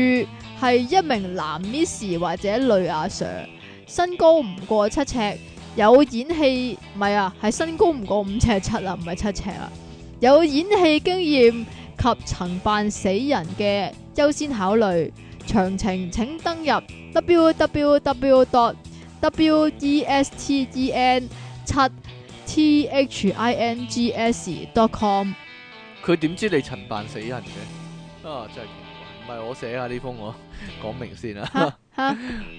係一名男 Miss 或者女阿 Sir，身高唔過七尺，有演戲唔係啊，係身高唔過五尺七啊，唔係七尺啊，有演戲經驗。及曾扮死人嘅優先考慮。詳情請登入 E www.western 七 things.com。
佢點知你陳扮死人嘅？啊，真係奇怪！唔係我寫啊呢封我講明先啊啦。
吓，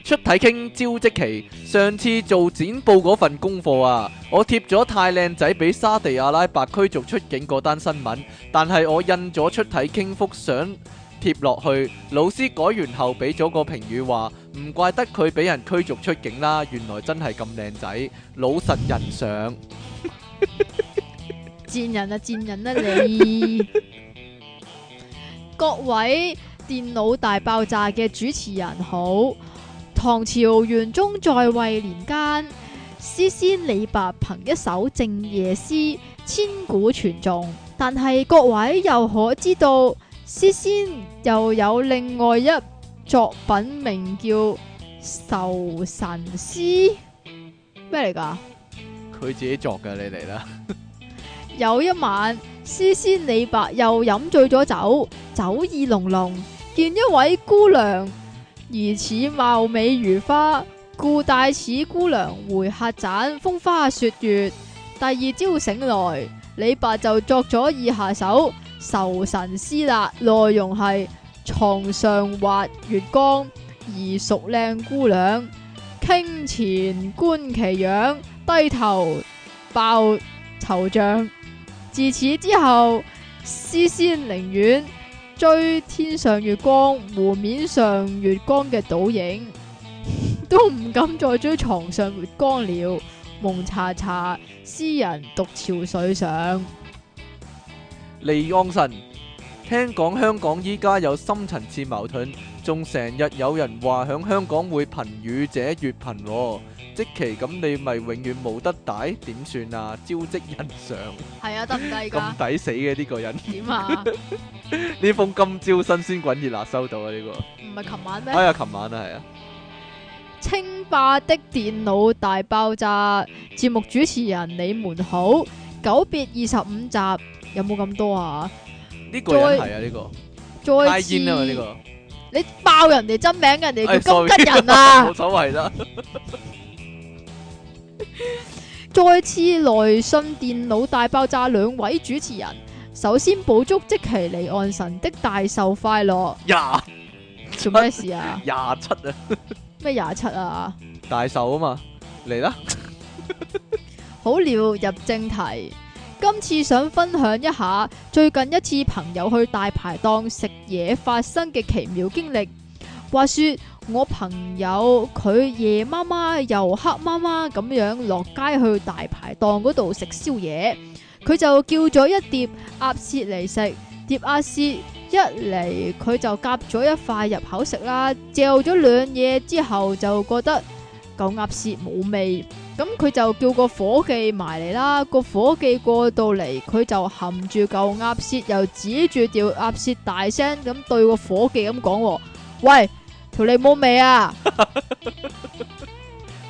出體傾招積期，上次做剪報嗰份功課啊，我貼咗太靚仔俾沙地阿拉伯驅逐出境嗰單新聞，但係我印咗出體傾幅相貼落去，老師改完後俾咗個評語話，唔怪得佢俾人驅逐出境啦，原來真係咁靚仔，老實人上。
賤人啊，賤人啊你！各位電腦大爆炸嘅主持人好，唐朝玄宗在位年間，詩仙李白憑一首《靜夜思》千古傳頌，但係各位又可知道，詩仙又有另外一作品名叫《愁神詩》，咩嚟㗎？
佢自己作嘅，你嚟啦。
有一晚，詩仙李白又飲醉咗酒，酒意濃濃，見一位姑娘，疑似貌美如花，故帶此姑娘回客棧風花雪月。第二朝醒來，李白就作咗以下首愁神詩啦，內容係床上滑月光，疑屬靚姑娘，傾前觀其樣，低頭爆惆悵。自此之後，詩仙寧願追天上月光、湖面上月光嘅倒影， 都唔敢再追床上月光了。蒙查查，詩人獨潮水上。
利安神，聽講香港依家有深層次矛盾，仲成日有人話響香港會貧與者越貧喎，即期咁你咪永遠冇得帶，點算啊？招積人上，
係啊，得唔得噶？
咁抵死嘅呢個人，
點啊？
呢封今朝新鮮滾熱辣收到啊！呢個，
唔係琴晚咩？
哎呀，琴晚啊，係啊，
清霸的電腦大爆炸節目主持人，你們好，久別二十五集，有冇咁多啊？
呢個人係啊，呢個
再
太
次
煙啊嘛，呢個。
你爆人哋真名，人哋叫金
sorry
吉人啊！
冇所謂啦，
再次來信電腦大爆炸兩位主持人，首先補足即其離岸神的大壽快樂，
廿
做咩事 啊？
廿七啊，
咩廿七啊？
大壽啊嘛，嚟啦，
好了，入正題。今次想分享一下最近一次朋友去大排檔食嘢發生嘅奇妙經歷。話說我朋友佢夜媽媽又黑媽媽咁樣落街去大排檔嗰度食宵夜，佢就叫咗一碟鴨舌嚟食。碟鴨舌一嚟佢就夾咗一塊入口食啦，嚼咗兩嘢之後就覺得嚿鴨舌冇味。咁佢就叫個伙計埋嚟啦，個伙計過到嚟，佢就含住嚿鴨舌，又指住條鴨舌大聲咁對個伙計咁講喎：，喂，條脷冇味 啊！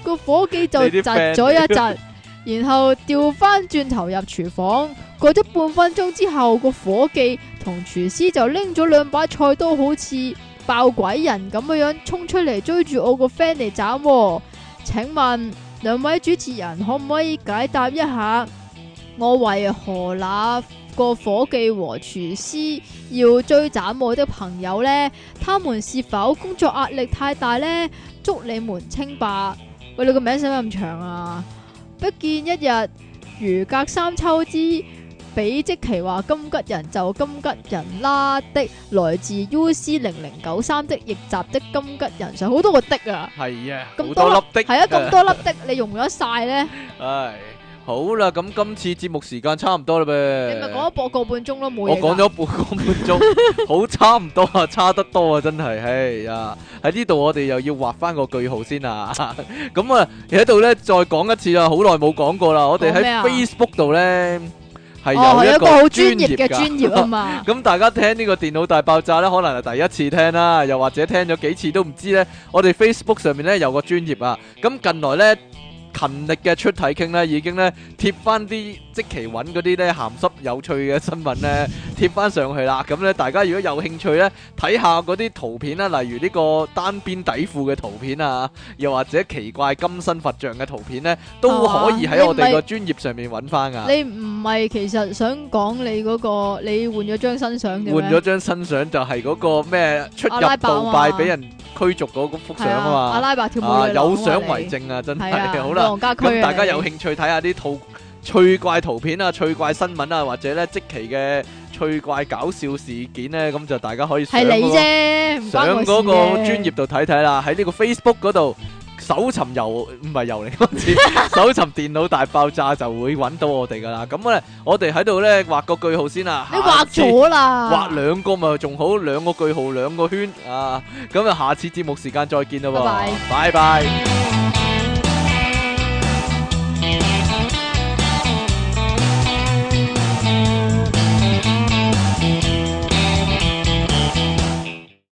個伙計就
你啲
窒
friend
咗一窒，然後調翻轉頭入廚房。過咗半分鐘之後，個伙計同廚師就拎咗兩把菜刀，好似爆鬼人咁樣樣衝出嚟追住我個 friend 嚟斬喎。請問？兩位主持人可唔可以解答一下，我為何那個伙計和廚師要追斬我的朋友呢？他們是否工作壓力太大呢？祝你們稱霸！喂，你個名使乜咁長啊？不見一日，如隔三秋之。比即其話金吉人就金吉人啦的，來自 U C 零零九三的逆襲的金吉人上好多個的啊！
係啊，
咁
好多粒的，
係啊，咁多粒的你用咗晒 呢？
唉，好啦，咁今次節目時間差唔多啦
你
噃，
咪講咗個個半鐘咯，冇
我
嘢㗎。
講咗半 個半鐘，好差唔多啊，差得多啊，真係，唉呀！喺呢度我哋又要畫翻個句號先啊！ 咁啊，喺度咧再講一次啊，好耐冇講過啦，我哋
講咩
喺
啊
Facebook 度咧係
哦，
有
一
一
個好
個
專
專
業
業
嘅
㗎。
專業啊嘛
咁大家聽呢個電腦大爆炸呢，可能係第一次聽啦，又或者聽咗幾次都唔知呢。我哋 Facebook 上面呢，有個專頁啊，咁近來呢，勤力嘅出體傾呢，已經呢貼翻啲即期揾嗰啲呢鹹濕有趣嘅新聞呢，貼翻上去啦。咁呢，大家如果有興趣呢，睇下嗰啲圖片啦，例如呢個單邊底褲嘅圖片啊，又或者奇怪金身佛像嘅圖片呢，都可以喺我哋個專頁上面揾翻 啊。
你唔係其實想講你嗰個，你換咗張新相嘅
換咗
咩？
張新相就係嗰個咩出入
阿拉伯啊
杜
嘛
拜俾人驅逐嗰幅相
係啊，阿
啊
拉伯條
嘛，
舞
啊
女郎
有
啊
相
嘛
為
你
證啊，真
係
係
啊，
好啦。
老家區啊
咁大家有
你
興趣睇下啲套趣怪圖片啊、趣怪新聞啊，或者咧即期嘅趣怪搞笑事件咧，咁就大家可以上
係你
嗰個
啫，唔
上
關我事
嗰個專
嘅
業度睇睇啦，喺呢個 Facebook 嗰度搜尋遊唔係遊靈 開始，搜尋電腦大爆炸就會揾到我哋噶啦。咁咧，我哋喺度咧畫個句號先啦。
你
下
畫
次
咗啦，
畫兩個咪仲好，兩個句號，兩個圈啊！咁啊，下次節目時間再見啦喎，
拜
拜拜。